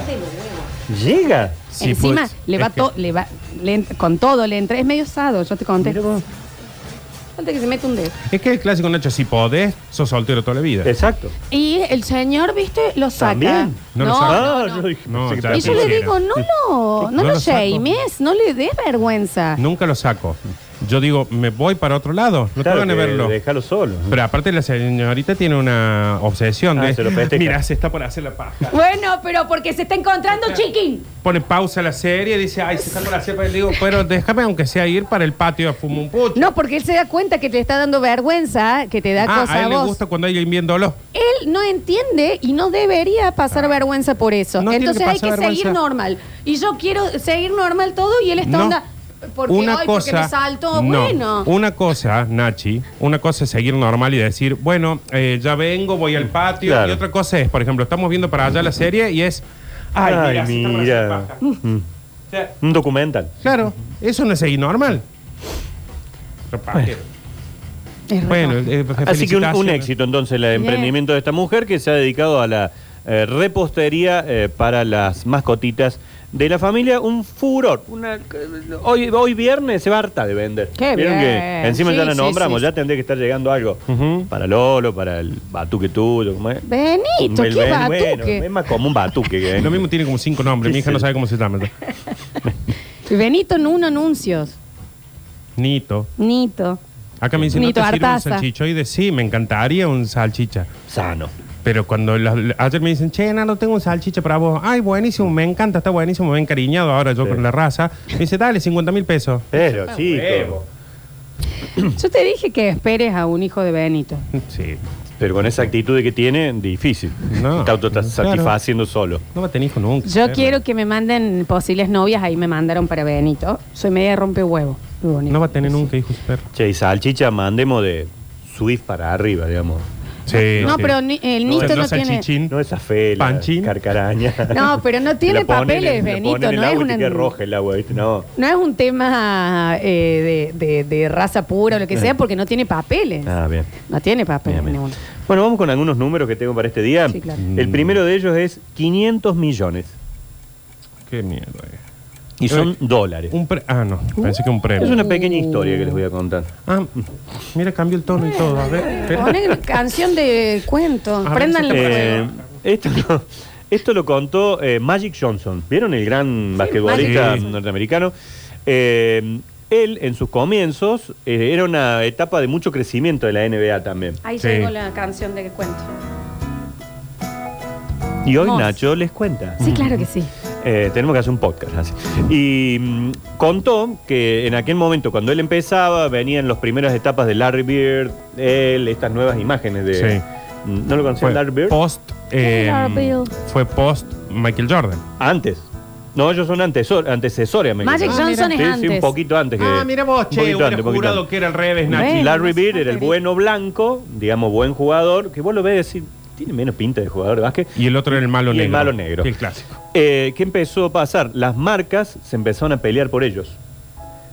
[SPEAKER 3] Llega.
[SPEAKER 2] Sí,
[SPEAKER 1] Encima
[SPEAKER 2] pues,
[SPEAKER 1] le
[SPEAKER 2] es
[SPEAKER 1] va
[SPEAKER 2] que-
[SPEAKER 1] todo, le va, le ent- con todo le entra. Es medio osado, yo te conté.
[SPEAKER 3] Mira vos.
[SPEAKER 1] Antes que se mete un dedo.
[SPEAKER 2] Es que el clásico, Nacho, si podés, sos soltero toda la vida.
[SPEAKER 3] Exacto.
[SPEAKER 1] Y el señor, viste, lo saca.
[SPEAKER 3] ¿También?
[SPEAKER 2] No lo saca.
[SPEAKER 1] no,
[SPEAKER 3] Ah,
[SPEAKER 1] no.
[SPEAKER 3] yo dije,
[SPEAKER 2] No,
[SPEAKER 3] pensé que
[SPEAKER 2] ya
[SPEAKER 1] Y
[SPEAKER 3] también.
[SPEAKER 1] yo le
[SPEAKER 2] Quisiera.
[SPEAKER 1] digo, no lo, no,
[SPEAKER 2] No
[SPEAKER 1] lo
[SPEAKER 2] lo saco.
[SPEAKER 1] shames, no le des vergüenza.
[SPEAKER 2] Nunca lo saco. Yo digo, me voy para otro lado. No
[SPEAKER 3] Claro,
[SPEAKER 2] te van a
[SPEAKER 3] que
[SPEAKER 2] verlo.
[SPEAKER 3] Déjalo solo.
[SPEAKER 2] Pero aparte la señorita tiene una obsesión
[SPEAKER 3] Ah,
[SPEAKER 2] de...
[SPEAKER 3] se
[SPEAKER 2] [LAUGHS]
[SPEAKER 3] lo festeja.
[SPEAKER 2] Mira, se está por hacer la paja.
[SPEAKER 1] Bueno, pero porque se está encontrando chiquín.
[SPEAKER 2] Pone pausa la serie, dice, ay, se está por hacer... paja. Le digo, pero déjame aunque sea ir para el patio a fumar un pucho.
[SPEAKER 1] No, porque él se da cuenta que te está dando vergüenza, que te da
[SPEAKER 2] ah,
[SPEAKER 1] cosa
[SPEAKER 2] a
[SPEAKER 1] a
[SPEAKER 2] él le
[SPEAKER 1] vos.
[SPEAKER 2] gusta cuando hay alguien viéndolo.
[SPEAKER 1] Él no entiende y no debería pasar vergüenza por eso.
[SPEAKER 2] Ah. No tiene
[SPEAKER 1] Entonces
[SPEAKER 2] que
[SPEAKER 1] hay que
[SPEAKER 2] pasar
[SPEAKER 1] seguir
[SPEAKER 2] vergüenza.
[SPEAKER 1] normal. Y yo quiero seguir normal todo y él está
[SPEAKER 2] No.
[SPEAKER 1] onda. Porque
[SPEAKER 2] una
[SPEAKER 1] hoy,
[SPEAKER 2] cosa,
[SPEAKER 1] porque me saltó.
[SPEAKER 2] no,
[SPEAKER 1] Bueno.
[SPEAKER 2] Una cosa, Nachi, una cosa es seguir normal y decir, bueno, eh, ya vengo, voy al patio.
[SPEAKER 3] Claro.
[SPEAKER 2] Y otra cosa es, por ejemplo, estamos viendo para allá la serie y es, ay, mira, se están haciendo paja.
[SPEAKER 3] Mm.
[SPEAKER 2] O sea,
[SPEAKER 3] Un documental.
[SPEAKER 2] claro, eso no es seguir normal. Pero pajero.
[SPEAKER 1] Es re
[SPEAKER 2] Bueno,
[SPEAKER 1] bajo.
[SPEAKER 2] eh,
[SPEAKER 3] Así que un, un
[SPEAKER 2] felicitaciones.
[SPEAKER 3] éxito entonces el emprendimiento de esta mujer que se ha dedicado a la eh, repostería eh, para las mascotitas de la familia un furor. Una- hoy, hoy viernes se va harta de vender.
[SPEAKER 1] Qué
[SPEAKER 3] Vieron
[SPEAKER 1] bien.
[SPEAKER 3] que encima
[SPEAKER 1] Sí,
[SPEAKER 3] ya la
[SPEAKER 1] sí,
[SPEAKER 3] nombramos,
[SPEAKER 1] sí.
[SPEAKER 3] ya tendría que estar llegando algo.
[SPEAKER 2] Ujú.
[SPEAKER 3] Para Lolo, para el batuque tuyo. ¿cómo es?
[SPEAKER 1] Benito,
[SPEAKER 3] El
[SPEAKER 1] qué
[SPEAKER 3] ben-
[SPEAKER 1] batuque.
[SPEAKER 3] Bueno, es más común batuque que
[SPEAKER 2] Lo mismo tiene como cinco nombres. Mi hija no sabe cómo se llama.
[SPEAKER 1] Benito Nuno Anuncios.
[SPEAKER 2] Nito.
[SPEAKER 1] Nito.
[SPEAKER 2] Acá me dicen,
[SPEAKER 1] Nito
[SPEAKER 2] ¿no te sirve un
[SPEAKER 1] Artaza.
[SPEAKER 2] salchichoide? Sí, me encantaría un salchicha.
[SPEAKER 3] sano.
[SPEAKER 2] Pero cuando la- ayer me dicen, che, no tengo un salchicha para vos. Ay, buenísimo, me encanta, está buenísimo, me he encariñado ahora yo
[SPEAKER 3] Sí.
[SPEAKER 2] con la raza. Me dice, dale, 50 mil pesos.
[SPEAKER 3] Pero,
[SPEAKER 1] Ah,
[SPEAKER 3] chico.
[SPEAKER 1] Yo te dije que esperes a un hijo de Benito.
[SPEAKER 2] Sí,
[SPEAKER 3] Pero con esa actitud que tiene, difícil.
[SPEAKER 2] No.
[SPEAKER 3] Está auto
[SPEAKER 2] Claro.
[SPEAKER 3] satisfaciendo solo.
[SPEAKER 2] no va a tener hijo nunca.
[SPEAKER 1] Yo
[SPEAKER 2] perro.
[SPEAKER 1] quiero que me manden posibles novias, ahí me mandaron para Benito. Soy media rompe huevo.
[SPEAKER 2] No va a tener nunca hijos, perro.
[SPEAKER 3] Che, y salchicha, mandemos de Swift para arriba, digamos.
[SPEAKER 2] Sí,
[SPEAKER 1] No,
[SPEAKER 2] sí.
[SPEAKER 1] pero ni- el
[SPEAKER 2] No,
[SPEAKER 1] Nito
[SPEAKER 2] no
[SPEAKER 1] no tiene.
[SPEAKER 2] salchichín.
[SPEAKER 3] No esa fe, la
[SPEAKER 2] Panchín.
[SPEAKER 3] carcaraña.
[SPEAKER 1] [LAUGHS] No, pero no tiene
[SPEAKER 3] La ponen
[SPEAKER 1] papeles,
[SPEAKER 3] en- la
[SPEAKER 1] Benito,
[SPEAKER 3] ponen en
[SPEAKER 1] no
[SPEAKER 3] el
[SPEAKER 1] es
[SPEAKER 3] agua y
[SPEAKER 1] una-
[SPEAKER 3] te queda roja el agua, ¿viste? No.
[SPEAKER 1] No es un tema eh, de, de- de raza pura o lo que sea, porque no tiene papeles.
[SPEAKER 3] Eh. Ah, bien.
[SPEAKER 1] No tiene papeles
[SPEAKER 3] Bien, bien.
[SPEAKER 1] ninguno.
[SPEAKER 3] Bueno, vamos con algunos números que tengo para este día.
[SPEAKER 1] Sí, claro.
[SPEAKER 2] Mm.
[SPEAKER 3] El primero de ellos es 500 millones.
[SPEAKER 2] Qué mierda. eh.
[SPEAKER 3] Y son dólares.
[SPEAKER 2] Un pre- ah, no,
[SPEAKER 1] Uh,
[SPEAKER 2] pensé que un premio.
[SPEAKER 3] Es una pequeña historia que les voy a contar.
[SPEAKER 2] Ah, mira, cambió el tono y todo. A
[SPEAKER 1] Eh,
[SPEAKER 2] ver, espera.
[SPEAKER 1] Ponen canción de cuento.
[SPEAKER 2] A ver,
[SPEAKER 1] Prendan los
[SPEAKER 3] Eh,
[SPEAKER 1] fuego.
[SPEAKER 3] esto, lo- esto lo contó eh, Magic Johnson. ¿Vieron el gran basquetbolista
[SPEAKER 2] Magic Johnson.
[SPEAKER 3] norteamericano? Eh, él, en sus comienzos, eh, era una etapa de mucho crecimiento de la NBA también.
[SPEAKER 1] Ahí
[SPEAKER 2] sí.
[SPEAKER 1] llegó la canción de cuento.
[SPEAKER 3] Y hoy
[SPEAKER 1] Hermoso.
[SPEAKER 3] Nacho les cuenta.
[SPEAKER 1] Sí, claro que sí.
[SPEAKER 3] Eh, tenemos que hacer un podcast. así. Y mm, contó que en aquel momento, cuando él empezaba, venían las primeras etapas de Larry Beard, él, estas nuevas imágenes de.
[SPEAKER 2] Sí.
[SPEAKER 3] Mm, ¿No lo conocía
[SPEAKER 2] Fue
[SPEAKER 3] Larry Beard?
[SPEAKER 2] post. eh,
[SPEAKER 1] Larry Bird.
[SPEAKER 2] fue post Michael Jordan.
[SPEAKER 3] Antes. No, ellos son antesor- antecesores. me
[SPEAKER 1] Magic
[SPEAKER 3] equivoco.
[SPEAKER 1] Johnson es
[SPEAKER 3] Sí, Sí, un
[SPEAKER 1] antes.
[SPEAKER 3] poquito antes. Que,
[SPEAKER 2] Ah,
[SPEAKER 1] Ah,
[SPEAKER 3] un poquito antes, un poquito antes.
[SPEAKER 2] que era al revés,
[SPEAKER 1] Nachi. Bueno,
[SPEAKER 3] Larry
[SPEAKER 1] no sé
[SPEAKER 3] Beard
[SPEAKER 1] por
[SPEAKER 3] era el
[SPEAKER 1] qué.
[SPEAKER 3] bueno blanco, digamos, buen jugador, que vos lo ves decir, tiene menos pinta de jugador de básquet.
[SPEAKER 2] Y el otro era el malo
[SPEAKER 3] Y el
[SPEAKER 2] negro.
[SPEAKER 3] malo negro.
[SPEAKER 2] Sí, El clásico.
[SPEAKER 3] Eh, ¿Qué empezó a pasar? Las marcas se empezaron a pelear por ellos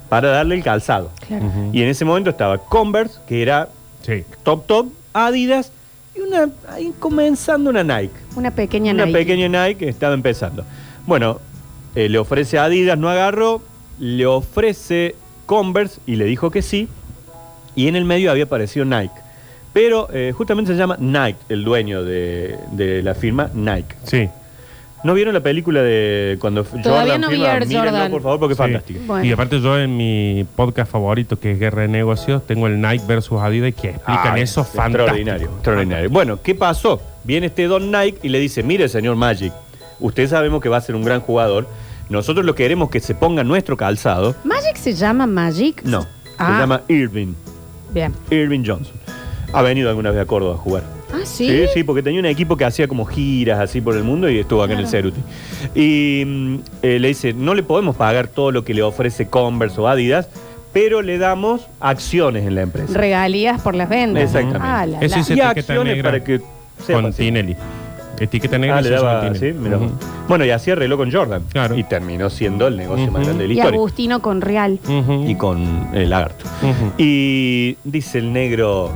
[SPEAKER 3] para darle el calzado.
[SPEAKER 1] Claro.
[SPEAKER 3] Y en ese momento estaba Converse, que era
[SPEAKER 2] Sí.
[SPEAKER 3] top top, Adidas y una ahí comenzando una Nike.
[SPEAKER 1] Una pequeña
[SPEAKER 3] Mm. una
[SPEAKER 1] Nike.
[SPEAKER 3] pequeña Nike que estaba empezando. Bueno, eh, le ofrece a Adidas, no agarró, le ofrece Converse y le dijo que sí. Y en el medio había aparecido Nike. Pero eh, justamente se llama Nike, el dueño de, de la firma Nike.
[SPEAKER 2] Sí.
[SPEAKER 3] ¿No vieron la película de cuando
[SPEAKER 1] Todavía no vi
[SPEAKER 3] firma?
[SPEAKER 1] Air
[SPEAKER 3] Mírenlo,
[SPEAKER 1] Jordan.
[SPEAKER 3] por favor, porque es
[SPEAKER 2] Sí.
[SPEAKER 3] fantástico.
[SPEAKER 1] Bueno.
[SPEAKER 2] Y aparte yo en mi podcast favorito, que es Guerra de Negocios, tengo el Nike versus Adidas que explican
[SPEAKER 3] Ah,
[SPEAKER 2] eso fantástico.
[SPEAKER 3] Extraordinario, extraordinario. Bueno, ¿qué pasó? Viene este Don Nike y le dice, mire, señor Magic, usted sabemos que va a ser un gran jugador. Nosotros lo que queremos es que se ponga nuestro calzado.
[SPEAKER 1] ¿Magic se llama Magic?
[SPEAKER 3] No,
[SPEAKER 1] Ah,
[SPEAKER 3] se llama Irving,
[SPEAKER 1] Bien.
[SPEAKER 3] Irving Johnson. Ha venido alguna vez a Córdoba a jugar.
[SPEAKER 1] Ah, sí.
[SPEAKER 3] Sí, sí, porque tenía un equipo que hacía como giras así por el mundo y estuvo acá en el Ceruti. Y mm, eh, le dice, no le podemos pagar todo lo que le ofrece Converse o Adidas, pero le damos acciones en la empresa.
[SPEAKER 1] Regalías por las ventas.
[SPEAKER 3] Exactamente.
[SPEAKER 1] Ah, la,
[SPEAKER 2] Eso
[SPEAKER 1] la.
[SPEAKER 2] es
[SPEAKER 3] y
[SPEAKER 2] etiqueta
[SPEAKER 3] acciones
[SPEAKER 2] negra
[SPEAKER 3] para que sea
[SPEAKER 2] Con
[SPEAKER 3] fácil.
[SPEAKER 2] Tinelli. Etiqueta negra
[SPEAKER 3] Ah,
[SPEAKER 2] y
[SPEAKER 3] le
[SPEAKER 2] se llama
[SPEAKER 3] daba-
[SPEAKER 2] Tinelli.
[SPEAKER 3] sí, mira.
[SPEAKER 2] Ujú.
[SPEAKER 3] Bueno, y así arregló con Jordan.
[SPEAKER 2] Claro.
[SPEAKER 3] Y terminó siendo el negocio más
[SPEAKER 2] Ujú.
[SPEAKER 3] grande de la
[SPEAKER 1] y
[SPEAKER 3] historia.
[SPEAKER 1] Agustino con Real.
[SPEAKER 2] Ujú.
[SPEAKER 3] Y con el lagarto.
[SPEAKER 2] Ujú.
[SPEAKER 3] Y dice el negro,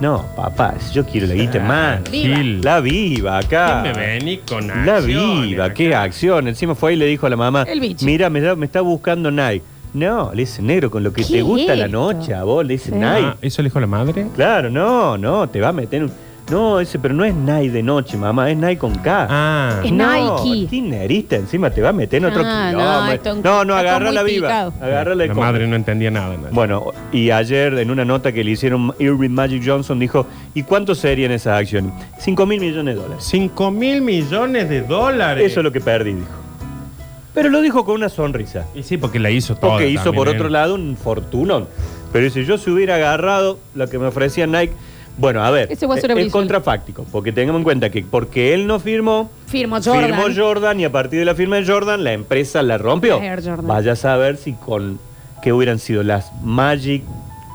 [SPEAKER 3] no, papá, si yo quiero la guita más.
[SPEAKER 2] Gil.
[SPEAKER 3] La viva acá.
[SPEAKER 2] ¿Qué me vení con
[SPEAKER 3] La
[SPEAKER 2] acciones
[SPEAKER 3] viva,
[SPEAKER 2] acá?
[SPEAKER 3] qué acción. Encima fue y le dijo a la mamá,
[SPEAKER 1] El bicho.
[SPEAKER 3] mira, me, da- me está buscando Nike. No, le dice, negro, con lo que
[SPEAKER 1] ¿Qué
[SPEAKER 3] te
[SPEAKER 1] es
[SPEAKER 3] gusta la
[SPEAKER 1] esto?
[SPEAKER 3] noche a vos, le dice
[SPEAKER 1] Sí.
[SPEAKER 3] Nike.
[SPEAKER 2] Ah, ¿Eso le dijo la madre?
[SPEAKER 3] Claro, no, no, te va a meter un... No, ese, pero no es Nike de noche, mamá, es Nike con K.
[SPEAKER 2] Ah.
[SPEAKER 3] Eh,
[SPEAKER 1] Es
[SPEAKER 3] no,
[SPEAKER 1] Nike.
[SPEAKER 3] Tinerista encima te va a meter en otro
[SPEAKER 1] Ah, no, esto
[SPEAKER 3] kilómetro.
[SPEAKER 1] es un-
[SPEAKER 3] No, no,
[SPEAKER 1] está
[SPEAKER 3] agarra
[SPEAKER 1] muy
[SPEAKER 3] la viva.
[SPEAKER 1] picado.
[SPEAKER 3] Agarra
[SPEAKER 2] la madre no entendía nada. ¿no?
[SPEAKER 3] Bueno, y ayer en una nota que le hicieron Irving Magic Johnson dijo, ¿y cuánto serían esas acciones? 5 mil millones de dólares.
[SPEAKER 2] 5 mil millones de dólares.
[SPEAKER 3] Eso es lo que perdí, dijo. Pero lo dijo con una sonrisa.
[SPEAKER 2] Y sí, porque la hizo ¿eh? todo.
[SPEAKER 3] Porque hizo por otro lado un fortunón. Pero si yo se hubiera agarrado la que me ofrecía Nike, bueno, a ver, eh,
[SPEAKER 1] Ese va a ser
[SPEAKER 3] es
[SPEAKER 1] Brizuela.
[SPEAKER 3] contrafáctico, porque tengamos en cuenta que porque él no firmó,
[SPEAKER 1] Firmó Jordan.
[SPEAKER 3] firmó Jordan y a partir de la firma de Jordan la empresa la rompió.
[SPEAKER 1] Air Jordan.
[SPEAKER 3] Vaya a saber si con qué hubieran sido las Magic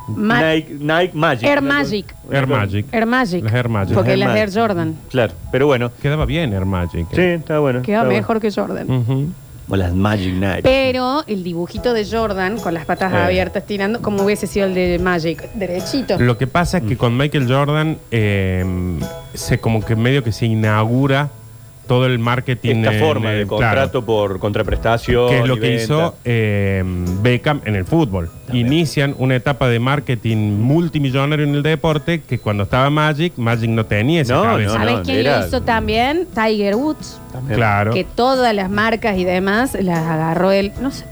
[SPEAKER 1] Ma-
[SPEAKER 3] Nike, Nike Magic.
[SPEAKER 1] Air Magic.
[SPEAKER 2] Air Magic.
[SPEAKER 1] Air Magic.
[SPEAKER 2] Las Air Magic.
[SPEAKER 1] Porque
[SPEAKER 3] Air
[SPEAKER 1] las
[SPEAKER 3] Magic.
[SPEAKER 1] Air Jordan.
[SPEAKER 3] Claro, pero bueno.
[SPEAKER 2] Quedaba bien Air Magic. ¿eh?
[SPEAKER 3] Sí, está bueno.
[SPEAKER 1] Queda
[SPEAKER 3] está bueno.
[SPEAKER 1] mejor que Jordan.
[SPEAKER 2] Ujú.
[SPEAKER 3] O las Magic Nike.
[SPEAKER 1] Pero el dibujito de Jordan con las patas
[SPEAKER 3] Eh.
[SPEAKER 1] abiertas tirando, como hubiese sido el de Magic, derechito.
[SPEAKER 2] Lo que em, pasa es que con Michael Jordan eh, se como que medio que se inaugura todo el marketing.
[SPEAKER 3] Esta
[SPEAKER 2] en-
[SPEAKER 3] forma de
[SPEAKER 2] en-
[SPEAKER 3] contrato
[SPEAKER 2] claro,
[SPEAKER 3] por contraprestación.
[SPEAKER 2] que es
[SPEAKER 3] y
[SPEAKER 2] lo que
[SPEAKER 3] venta.
[SPEAKER 2] hizo eh, Beckham en el fútbol.
[SPEAKER 3] También.
[SPEAKER 2] Inician una etapa de marketing multimillonario en el deporte que cuando estaba Magic, Magic no tenía esa
[SPEAKER 3] No,
[SPEAKER 2] cabeza.
[SPEAKER 1] ¿Sabés
[SPEAKER 3] no,
[SPEAKER 1] quién
[SPEAKER 3] era-
[SPEAKER 1] lo hizo también? Tiger Woods.
[SPEAKER 3] También.
[SPEAKER 2] Claro.
[SPEAKER 1] Que todas las marcas y demás las agarró él. No sé.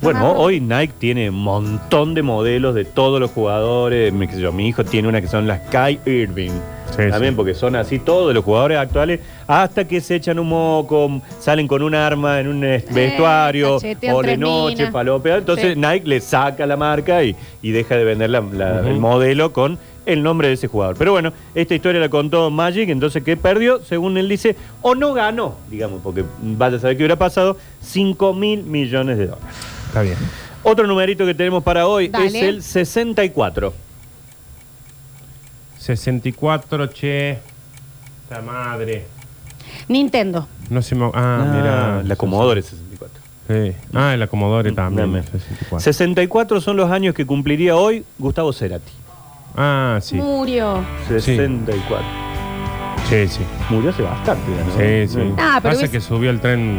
[SPEAKER 3] Bueno,
[SPEAKER 1] Agarró.
[SPEAKER 3] hoy Nike tiene un montón de modelos de todos los jugadores. Mi, qué sé yo, mi hijo tiene una que son las Kai Irving.
[SPEAKER 2] Sí,
[SPEAKER 3] También
[SPEAKER 2] sí.
[SPEAKER 3] porque son así todos los jugadores actuales, hasta que se echan un moco, salen con un arma en un eh, vestuario,
[SPEAKER 1] cachetean
[SPEAKER 3] o de
[SPEAKER 1] tres
[SPEAKER 3] noche,
[SPEAKER 1] minas.
[SPEAKER 3] falopea. Entonces
[SPEAKER 1] Sí.
[SPEAKER 3] Nike le saca la marca y, y deja de vender la- la- el modelo con el nombre de ese jugador. Pero bueno, esta historia la contó Magic, entonces que perdió, según él dice, o no ganó, digamos, porque vaya a saber qué hubiera pasado, 5 mil millones de dólares.
[SPEAKER 2] Está bien.
[SPEAKER 3] Otro numerito que tenemos para hoy
[SPEAKER 1] Dale.
[SPEAKER 3] es el 64.
[SPEAKER 2] 64, che. Esta madre.
[SPEAKER 1] Nintendo.
[SPEAKER 2] No se me. Ah, mira.
[SPEAKER 3] la Commodore 64.
[SPEAKER 2] Sí. Ah, el acomodore también.
[SPEAKER 3] Dame.
[SPEAKER 2] 64.
[SPEAKER 3] 64 son los años que cumpliría hoy Gustavo Cerati.
[SPEAKER 2] Ah, sí.
[SPEAKER 1] Mm. Murió.
[SPEAKER 3] 64.
[SPEAKER 2] Sí, sí.
[SPEAKER 3] Murió hace bastante. ¿no?
[SPEAKER 2] Sí, sí.
[SPEAKER 1] Ah, pero
[SPEAKER 2] Pasa
[SPEAKER 1] es-
[SPEAKER 2] que subió el tren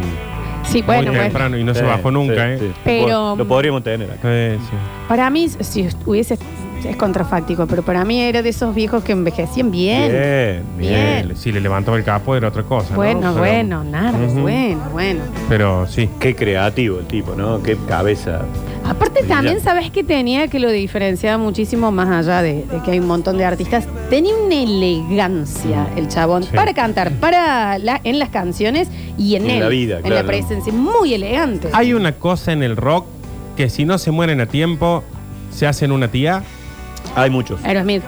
[SPEAKER 1] Sí, bueno, pues.
[SPEAKER 2] muy
[SPEAKER 1] bueno.
[SPEAKER 2] temprano y no
[SPEAKER 3] Sí,
[SPEAKER 2] se bajó nunca,
[SPEAKER 3] sí,
[SPEAKER 2] ¿eh?
[SPEAKER 3] sí.
[SPEAKER 1] Pero-
[SPEAKER 3] Lo podríamos tener acá.
[SPEAKER 2] Sí, sí.
[SPEAKER 1] Para mí, si hubiese. Es contrafáctico, pero para mí era de esos viejos que envejecían bien.
[SPEAKER 3] bien.
[SPEAKER 1] Bien.
[SPEAKER 2] Le- Si le levantó el capo era otra cosa. ¿no?
[SPEAKER 1] Bueno,
[SPEAKER 2] Pero-
[SPEAKER 1] bueno, nada,
[SPEAKER 2] Ujú.
[SPEAKER 1] bueno, bueno.
[SPEAKER 2] Pero sí.
[SPEAKER 3] Qué creativo el tipo, ¿no? Qué cabeza.
[SPEAKER 1] Aparte
[SPEAKER 3] Brillante.
[SPEAKER 1] también, ¿sabes que tenía que lo diferenciaba muchísimo más allá de, de que hay un montón de artistas? Tenía una elegancia el chabón
[SPEAKER 2] Sí.
[SPEAKER 1] para cantar, para la- en las canciones y en,
[SPEAKER 3] Y en
[SPEAKER 1] él,
[SPEAKER 3] la vida,
[SPEAKER 1] en
[SPEAKER 3] claro.
[SPEAKER 1] la presencia, muy elegante.
[SPEAKER 2] Hay una cosa en el rock que si no se mueren a tiempo, se hacen una tía.
[SPEAKER 3] Hay muchos.
[SPEAKER 1] Aerosmith,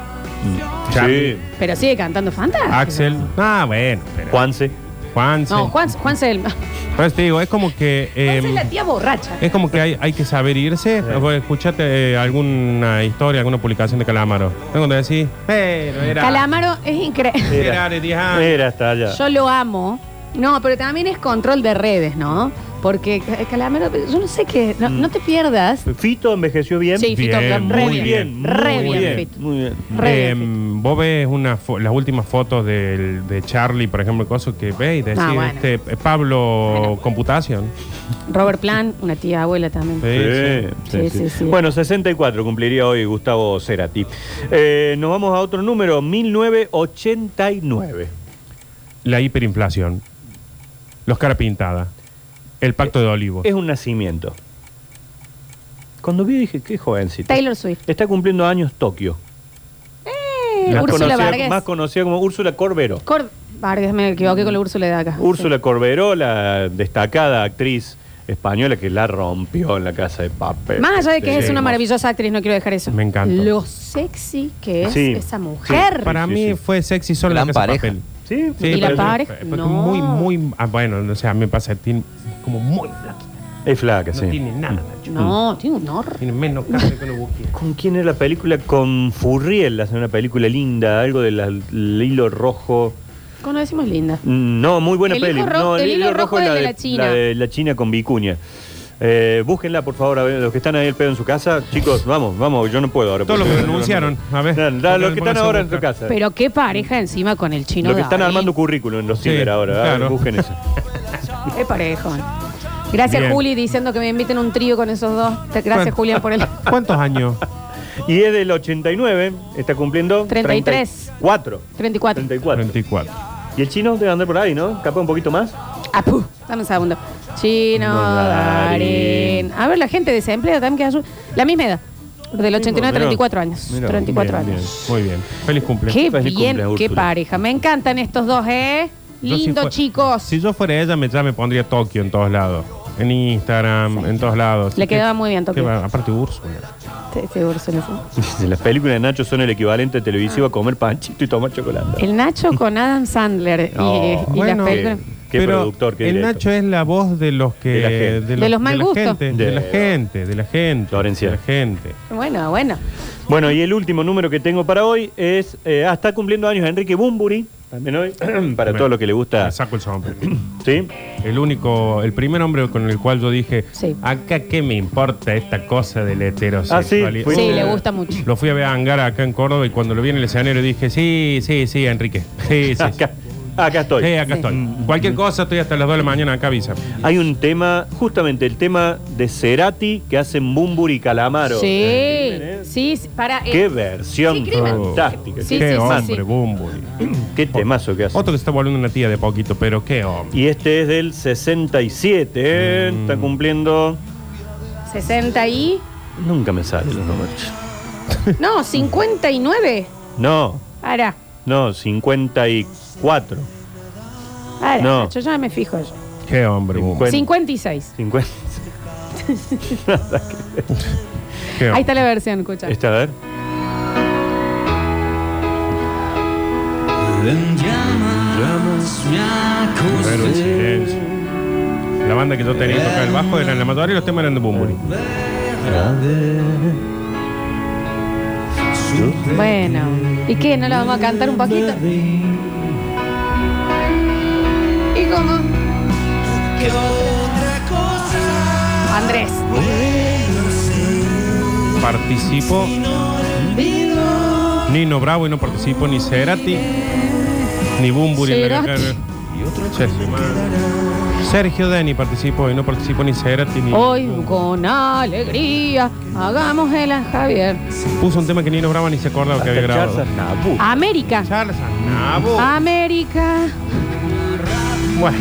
[SPEAKER 2] Charlie.
[SPEAKER 3] Sí.
[SPEAKER 1] pero sigue cantando fantástico.
[SPEAKER 2] Axel. Ah, bueno. pero-
[SPEAKER 3] Juanse.
[SPEAKER 2] Juanse.
[SPEAKER 1] No, Juan, Juan es el-
[SPEAKER 2] [LAUGHS]
[SPEAKER 1] Juan
[SPEAKER 2] Por eso te digo, es como que.
[SPEAKER 1] es
[SPEAKER 2] em,
[SPEAKER 1] la tía borracha.
[SPEAKER 2] Es como que hay, hay que saber irse. Vos Escuchate eh, alguna historia, alguna publicación de Calamaro. Es cuando decís, pero era.
[SPEAKER 1] Calamaro es increíble.
[SPEAKER 2] Era de 10 años.
[SPEAKER 3] Era hasta allá.
[SPEAKER 1] Yo lo amo. No, pero también es control de redes, ¿no? Porque eh, Calamaro, yo no sé qué,
[SPEAKER 2] Mm.
[SPEAKER 1] no, no te pierdas.
[SPEAKER 3] Fito envejeció bien.
[SPEAKER 1] Sí, Fito,
[SPEAKER 2] Bien,
[SPEAKER 1] re
[SPEAKER 2] muy
[SPEAKER 1] bien,
[SPEAKER 2] bien,
[SPEAKER 1] re
[SPEAKER 2] muy
[SPEAKER 1] bien,
[SPEAKER 2] bien.
[SPEAKER 1] Fito.
[SPEAKER 3] Muy bien.
[SPEAKER 1] Re
[SPEAKER 2] Em, vos ves una fo- las últimas fotos del- de, Charlie, por ejemplo, cosas que ves y decís,
[SPEAKER 1] Ah, bueno.
[SPEAKER 2] este, eh, Pablo Computación.
[SPEAKER 1] Robert Plan, una tía abuela también.
[SPEAKER 2] Sí,
[SPEAKER 3] Sí, sí,
[SPEAKER 1] Sí, sí,
[SPEAKER 3] sí.
[SPEAKER 1] sí.
[SPEAKER 3] Bueno, 64 cumpliría hoy Gustavo Cerati. Eh, nos vamos a otro número, 1989.
[SPEAKER 2] La hiperinflación. Los cara pintada. El pacto de Olivo.
[SPEAKER 3] Es un nacimiento. Cuando vi dije, qué jovencito.
[SPEAKER 1] Taylor Swift.
[SPEAKER 3] Está cumpliendo años Tokio.
[SPEAKER 1] Eh,
[SPEAKER 2] La
[SPEAKER 1] Úrsula
[SPEAKER 3] conocida,
[SPEAKER 1] Vargas.
[SPEAKER 3] más conocida como Úrsula Corberó.
[SPEAKER 1] Cor- Vargas, me equivoqué con la Úrsula de acá.
[SPEAKER 3] Úrsula Corberó, la destacada actriz española que la rompió en la casa de
[SPEAKER 1] Sí.
[SPEAKER 3] papel.
[SPEAKER 1] Más allá de que es
[SPEAKER 2] Sí.
[SPEAKER 1] una maravillosa actriz, no quiero dejar eso.
[SPEAKER 2] Me encanta.
[SPEAKER 1] Lo sexy que es
[SPEAKER 3] Sí,
[SPEAKER 1] esa
[SPEAKER 3] sí.
[SPEAKER 1] mujer.
[SPEAKER 2] Para
[SPEAKER 3] Sí,
[SPEAKER 2] mí
[SPEAKER 3] sí.
[SPEAKER 2] fue sexy solo
[SPEAKER 4] Gran
[SPEAKER 2] la casa de
[SPEAKER 4] pareja.
[SPEAKER 2] papel.
[SPEAKER 3] Sí,
[SPEAKER 2] Sí,
[SPEAKER 1] ¿Y la
[SPEAKER 2] pero-
[SPEAKER 1] pareja?
[SPEAKER 2] pero-
[SPEAKER 1] No.
[SPEAKER 2] Muy, muy. ah, bueno, no sé, a mí me pasa, tiene como muy flaquita.
[SPEAKER 3] es flaca,
[SPEAKER 2] No
[SPEAKER 3] sí. Mm.
[SPEAKER 2] tiene nada, Nacho.
[SPEAKER 1] No, tiene un horror.
[SPEAKER 2] Tiene menos carne que una buquilla.
[SPEAKER 3] ¿Con quién era la película? Con Furriel, hace una película linda, algo del del hilo rojo.
[SPEAKER 1] Cuando decimos linda.
[SPEAKER 3] Mm, No, muy buena
[SPEAKER 1] El
[SPEAKER 3] peli.
[SPEAKER 1] hilo ro-
[SPEAKER 3] no,
[SPEAKER 1] el hilo rojo
[SPEAKER 3] es
[SPEAKER 1] es de la China.
[SPEAKER 3] La de la China con vicuña. Eh, búsquenla, por favor, a ver, los que están ahí el pedo en su casa. Chicos, vamos, vamos, yo no puedo ahora.
[SPEAKER 2] Todos
[SPEAKER 3] porque-
[SPEAKER 2] los que renunciaron, a ver.
[SPEAKER 3] Nah, nah, los
[SPEAKER 2] Pónganse
[SPEAKER 3] que están ahora en
[SPEAKER 2] busca.
[SPEAKER 3] su casa.
[SPEAKER 1] Pero qué pareja encima con el chino.
[SPEAKER 3] Los que están
[SPEAKER 1] David.
[SPEAKER 3] armando currículum en los
[SPEAKER 2] Sí,
[SPEAKER 3] ciber ahora. a ver,
[SPEAKER 2] claro.
[SPEAKER 3] Busquen eso.
[SPEAKER 1] Qué parejón. Gracias,
[SPEAKER 2] Bien.
[SPEAKER 1] Juli, diciendo que me inviten un trío con esos dos. Te- Gracias,
[SPEAKER 2] Bueno.
[SPEAKER 1] Julia, por
[SPEAKER 2] [LAUGHS]
[SPEAKER 1] el.
[SPEAKER 2] ¿Cuántos años?
[SPEAKER 3] Y es del 89, está cumpliendo.
[SPEAKER 1] 33.
[SPEAKER 3] 4.
[SPEAKER 1] 34.
[SPEAKER 3] 34.
[SPEAKER 2] 34.
[SPEAKER 3] Y el chino debe andar por ahí, ¿no? Capaz un poquito más.
[SPEAKER 1] Apu, dame un segundo. Chino
[SPEAKER 3] No, Darín.
[SPEAKER 1] Darín. A ver, la gente desempleada también que ayuda. La misma edad. Del 89 a
[SPEAKER 3] mira.
[SPEAKER 1] 34 años.
[SPEAKER 3] Mira,
[SPEAKER 1] 34
[SPEAKER 2] Bien,
[SPEAKER 1] años.
[SPEAKER 2] Muy bien. Feliz cumple.
[SPEAKER 1] Qué
[SPEAKER 3] Feliz
[SPEAKER 1] bien,
[SPEAKER 3] cumple,
[SPEAKER 1] qué
[SPEAKER 3] Úrsula.
[SPEAKER 1] pareja. Me encantan estos dos, ¿eh?
[SPEAKER 2] Yo si
[SPEAKER 1] Lindo,
[SPEAKER 2] fue-
[SPEAKER 1] chicos.
[SPEAKER 2] Si yo fuera ella, me, ya me pondría Tokio en todos lados. En Instagram, en todos lados.
[SPEAKER 1] Le
[SPEAKER 2] Qué-
[SPEAKER 1] quedaba muy bien Tokio.
[SPEAKER 2] qué va- aparte Úrsula.
[SPEAKER 1] Te- seguro se lo fue.
[SPEAKER 3] Las películas de Nacho son el equivalente televisivo a comer panchito y tomar chocolate.
[SPEAKER 1] El Nacho con Adam Sandler y, eh,
[SPEAKER 3] No,
[SPEAKER 1] y
[SPEAKER 2] bueno, eh,
[SPEAKER 1] las películas.
[SPEAKER 3] que- Qué productor, qué
[SPEAKER 2] El
[SPEAKER 3] director.
[SPEAKER 2] Nacho es la voz de los que.
[SPEAKER 3] De la gente.
[SPEAKER 1] De los mal
[SPEAKER 2] mal
[SPEAKER 1] gustos.
[SPEAKER 2] De, la
[SPEAKER 3] De-
[SPEAKER 2] gente, de la gente.
[SPEAKER 3] Florencia.
[SPEAKER 2] De la gente.
[SPEAKER 1] Bueno, bueno.
[SPEAKER 3] Bueno, y el último número que tengo para hoy es. Eh, ah, está cumpliendo años Enrique Bumburi. También hoy. [CLEARS THROAT] para
[SPEAKER 2] Me-
[SPEAKER 3] todo lo que le gusta.
[SPEAKER 2] Me Ah, saco el sombrero.
[SPEAKER 3] ¿Sí?
[SPEAKER 2] El único, el primer hombre con el cual yo dije,
[SPEAKER 1] Sí.
[SPEAKER 2] acá qué me importa esta cosa del heterosexualidad.
[SPEAKER 3] Ah,
[SPEAKER 1] Sí,
[SPEAKER 3] sí, Bueno.
[SPEAKER 1] le gusta mucho.
[SPEAKER 2] Lo fui a ver a Angara acá en Córdoba y cuando lo vi en el escenario dije, sí, sí, sí, Enrique. Sí, sí. sí.
[SPEAKER 3] [LAUGHS] Acá. Acá estoy. Mm.
[SPEAKER 2] Sí, acá estoy. Cualquier cosa, estoy hasta las 2 de la mañana, acá avisa.
[SPEAKER 3] Hay un tema, justamente el tema de Cerati que hacen Bumbur y Calamaro.
[SPEAKER 1] Sí, sí, sí, para. eh,
[SPEAKER 3] Qué versión
[SPEAKER 1] Sí, Crimen.
[SPEAKER 3] fantástica.
[SPEAKER 1] Sí,
[SPEAKER 2] Oh, qué
[SPEAKER 1] sí, sí,
[SPEAKER 2] hombre,
[SPEAKER 1] sí.
[SPEAKER 2] bumbo.
[SPEAKER 3] Qué temazo que hace.
[SPEAKER 2] Otro que se está volviendo una tía de poquito, pero qué hombre.
[SPEAKER 3] Y este es del 67, ¿eh?
[SPEAKER 2] Mm.
[SPEAKER 3] Está cumpliendo...
[SPEAKER 1] 60 y.
[SPEAKER 3] Nunca me salen los números.
[SPEAKER 1] No, 59.
[SPEAKER 3] No,
[SPEAKER 1] Ahora,
[SPEAKER 3] no, 54.
[SPEAKER 1] ahora.
[SPEAKER 3] No.
[SPEAKER 1] Yo ya me fijo yo.
[SPEAKER 2] Qué hombre, bumbo.
[SPEAKER 3] Bueno.
[SPEAKER 1] 56.
[SPEAKER 3] 50.
[SPEAKER 2] Qué
[SPEAKER 1] Ahí
[SPEAKER 2] hombre.
[SPEAKER 1] está la versión, escucha.
[SPEAKER 3] Este, a ver.
[SPEAKER 2] Era un silencio. La banda que yo tenía que tocar el bajo era la amadora y los temas eran de Bumburi.
[SPEAKER 1] Bueno. ¿Y qué? ¿No la vamos a cantar un poquito? ¿Y cómo? Andrés.
[SPEAKER 2] Participo Nino Bravo y no participo ni Cerati, ni Bumburi. en la
[SPEAKER 1] Cerati.
[SPEAKER 2] guitarra. Sergio Mayer. Sergio Dani participó y no participo ni Cerati ni
[SPEAKER 1] Hoy
[SPEAKER 2] Bumburi.
[SPEAKER 1] con alegría hagamos el a Javier.
[SPEAKER 2] Puso un tema que Nino Bravo ni se acordaba que había
[SPEAKER 3] Hasta Charles
[SPEAKER 2] grabado.
[SPEAKER 3] Aznavour.
[SPEAKER 1] América.
[SPEAKER 2] Charles Aznavour.
[SPEAKER 1] Ah. América. Ah,
[SPEAKER 2] Bueno,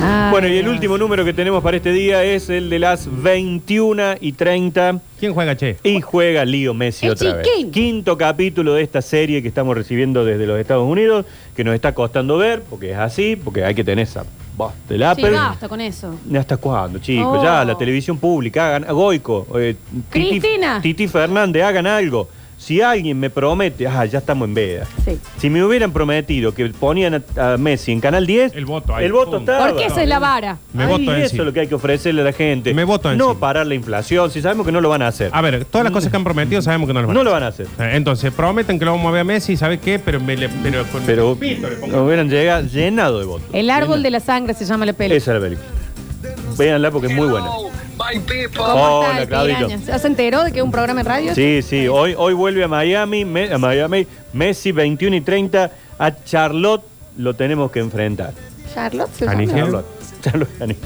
[SPEAKER 1] Ay,
[SPEAKER 3] Bueno, y el
[SPEAKER 1] Dios.
[SPEAKER 3] último número que tenemos para este día es el de las 21 y 30.
[SPEAKER 2] ¿quién juega, che?
[SPEAKER 3] Y juega Lío Messi
[SPEAKER 1] El
[SPEAKER 3] otra vez.
[SPEAKER 1] chiquín.
[SPEAKER 3] Quinto capítulo de esta serie que estamos recibiendo desde los Estados Unidos, que nos está costando ver, porque es así, porque hay que tener esa voz del
[SPEAKER 1] Sí,
[SPEAKER 3] Apple.
[SPEAKER 1] basta con eso.
[SPEAKER 3] ¿Hasta cuándo, chicos?
[SPEAKER 1] Oh.
[SPEAKER 3] Ya, la televisión pública, hagan. Goico, eh, Titi-
[SPEAKER 1] Cristina.
[SPEAKER 3] Titi, Fernández, hagan algo. Si alguien me promete, ah, ya estamos en veda.
[SPEAKER 1] Sí.
[SPEAKER 3] Si me hubieran prometido que ponían a, a Messi en Canal 10,
[SPEAKER 2] El voto ahí,
[SPEAKER 3] El voto
[SPEAKER 2] pum.
[SPEAKER 3] estaba.
[SPEAKER 1] Porque esa es la vara.
[SPEAKER 2] Me
[SPEAKER 3] Ahí
[SPEAKER 2] voto
[SPEAKER 3] eso
[SPEAKER 2] encima.
[SPEAKER 3] es lo que hay que ofrecerle a la gente.
[SPEAKER 2] Me voto
[SPEAKER 3] No
[SPEAKER 2] encima.
[SPEAKER 3] parar la inflación, si sabemos que no lo van a hacer.
[SPEAKER 2] A ver, todas las cosas que han prometido sabemos que no las van a
[SPEAKER 3] no lo van a hacer.
[SPEAKER 2] Eh, Entonces prometen que lo vamos a ver a Messi, ¿sabes qué? Pero me le, pero con
[SPEAKER 3] Pero
[SPEAKER 2] Pito le pongo-
[SPEAKER 3] nos hubieran llegado llenado de votos.
[SPEAKER 1] El árbol de la sangre se llama la peli.
[SPEAKER 3] Esa es la película. Véanla porque es muy buena.
[SPEAKER 4] My people.
[SPEAKER 1] ¿Cómo está
[SPEAKER 3] Hola,
[SPEAKER 1] el
[SPEAKER 3] Claudito.
[SPEAKER 1] piraña? ¿Se enteró de que es un programa en radio?
[SPEAKER 3] Sí, sí, hoy, hoy vuelve a Miami, Me- a Miami, Messi 21 y 30, a Charlotte lo tenemos que enfrentar.
[SPEAKER 1] Charlotte se
[SPEAKER 2] Canigia.
[SPEAKER 1] llama.
[SPEAKER 3] Charlotte. [LAUGHS] Charlotte, gané.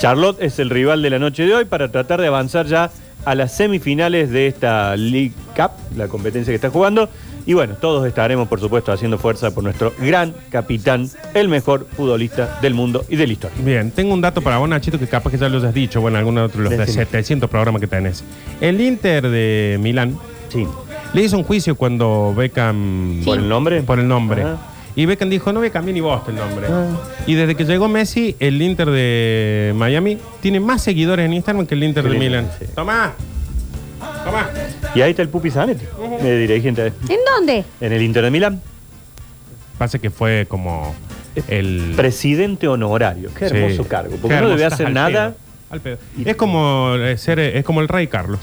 [SPEAKER 3] Charlotte es el rival de la noche de hoy para tratar de avanzar ya a las semifinales de esta League Cup, la competencia que está jugando. Y bueno, todos estaremos, por supuesto, haciendo fuerza por nuestro gran capitán, el mejor futbolista del mundo y de la historia.
[SPEAKER 2] Bien, tengo un dato para vos, Nachito, que capaz que ya lo has dicho, bueno, alguno de otros los de
[SPEAKER 3] Decime.
[SPEAKER 2] 700 programas que tenés. El Inter de Milán
[SPEAKER 3] Sí.
[SPEAKER 2] le hizo un juicio cuando Beckham...
[SPEAKER 3] ¿Por el nombre?
[SPEAKER 2] Por el nombre.
[SPEAKER 3] Ajá.
[SPEAKER 2] Y Beckham dijo, no voy a cambiar ni vos el nombre.
[SPEAKER 3] Ah.
[SPEAKER 2] Y desde que llegó Messi, el Inter de Miami tiene más seguidores en Instagram que el Inter
[SPEAKER 3] El
[SPEAKER 2] de
[SPEAKER 3] Inter,
[SPEAKER 2] Milán.
[SPEAKER 3] sí.
[SPEAKER 2] Tomá, tomá.
[SPEAKER 3] Y ahí está el Pupi Zanetti, el dirigente de-
[SPEAKER 1] ¿En dónde?
[SPEAKER 3] en el Inter de Milán.
[SPEAKER 2] Pasa que fue como el...
[SPEAKER 3] Presidente honorario. Qué hermoso
[SPEAKER 2] Sí.
[SPEAKER 3] cargo.
[SPEAKER 2] Qué
[SPEAKER 3] Porque no
[SPEAKER 2] hermoso,
[SPEAKER 3] debe
[SPEAKER 2] estás
[SPEAKER 3] hacer
[SPEAKER 2] al
[SPEAKER 3] nada.
[SPEAKER 2] pedo, al pedo.
[SPEAKER 3] Y-
[SPEAKER 2] Es como eh, ser, eh, es como el rey Carlos.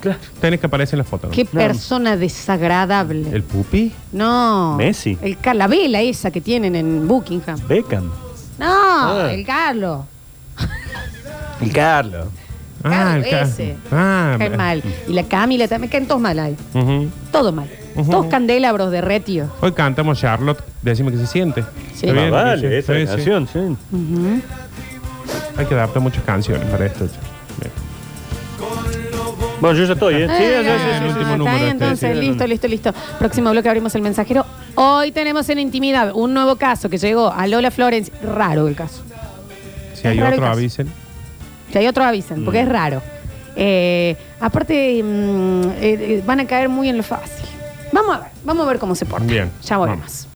[SPEAKER 3] Claro.
[SPEAKER 2] Tenés que aparecer en la foto. ¿no?
[SPEAKER 1] Qué persona desagradable.
[SPEAKER 2] ¿El pupi?
[SPEAKER 1] No.
[SPEAKER 3] Messi.
[SPEAKER 1] El ca- la vela esa que tienen en Buckingham.
[SPEAKER 3] Beckham.
[SPEAKER 1] No,
[SPEAKER 3] Ah.
[SPEAKER 1] el Carlos.
[SPEAKER 3] El Carlos.
[SPEAKER 1] Claro,
[SPEAKER 2] el Car-
[SPEAKER 1] ese.
[SPEAKER 2] Ah,
[SPEAKER 1] Cae
[SPEAKER 2] me-
[SPEAKER 1] mal. Y la Camila también caen todos mal ahí.
[SPEAKER 2] Ujú.
[SPEAKER 1] Todo mal.
[SPEAKER 2] Ujú.
[SPEAKER 1] Todos candelabros de retio.
[SPEAKER 2] Hoy cantamos Charlotte, decime que se siente.
[SPEAKER 1] Sí.
[SPEAKER 2] Está
[SPEAKER 3] Más
[SPEAKER 2] bien,
[SPEAKER 3] Ah, vale,
[SPEAKER 2] sí,
[SPEAKER 3] esa
[SPEAKER 2] sí, sí.
[SPEAKER 3] canción, sí.
[SPEAKER 2] Hay que adaptar muchas canciones para esto. che. Bien.
[SPEAKER 3] Bueno, yo ya estoy, ¿eh? Sí,
[SPEAKER 1] Ah,
[SPEAKER 3] ya, ya, ya,
[SPEAKER 2] el
[SPEAKER 3] ya,
[SPEAKER 2] último
[SPEAKER 1] está
[SPEAKER 2] número
[SPEAKER 1] bien,
[SPEAKER 2] este,
[SPEAKER 1] entonces,
[SPEAKER 3] sí,
[SPEAKER 1] listo,
[SPEAKER 3] el
[SPEAKER 1] listo, listo. Próximo bloque abrimos el mensajero. Hoy tenemos en intimidad un nuevo caso que llegó a Lola Florence. Raro el caso.
[SPEAKER 2] Si hay
[SPEAKER 1] raro el
[SPEAKER 2] otro,
[SPEAKER 1] caso.
[SPEAKER 2] avisen.
[SPEAKER 1] Si hay otro, avisen, porque es
[SPEAKER 2] Mm.
[SPEAKER 1] raro. Eh, aparte, mm, eh, eh, van a caer muy en lo fácil. Vamos a ver, vamos a ver cómo se porta.
[SPEAKER 2] Bien,
[SPEAKER 1] Ya volvemos.
[SPEAKER 2] vamos.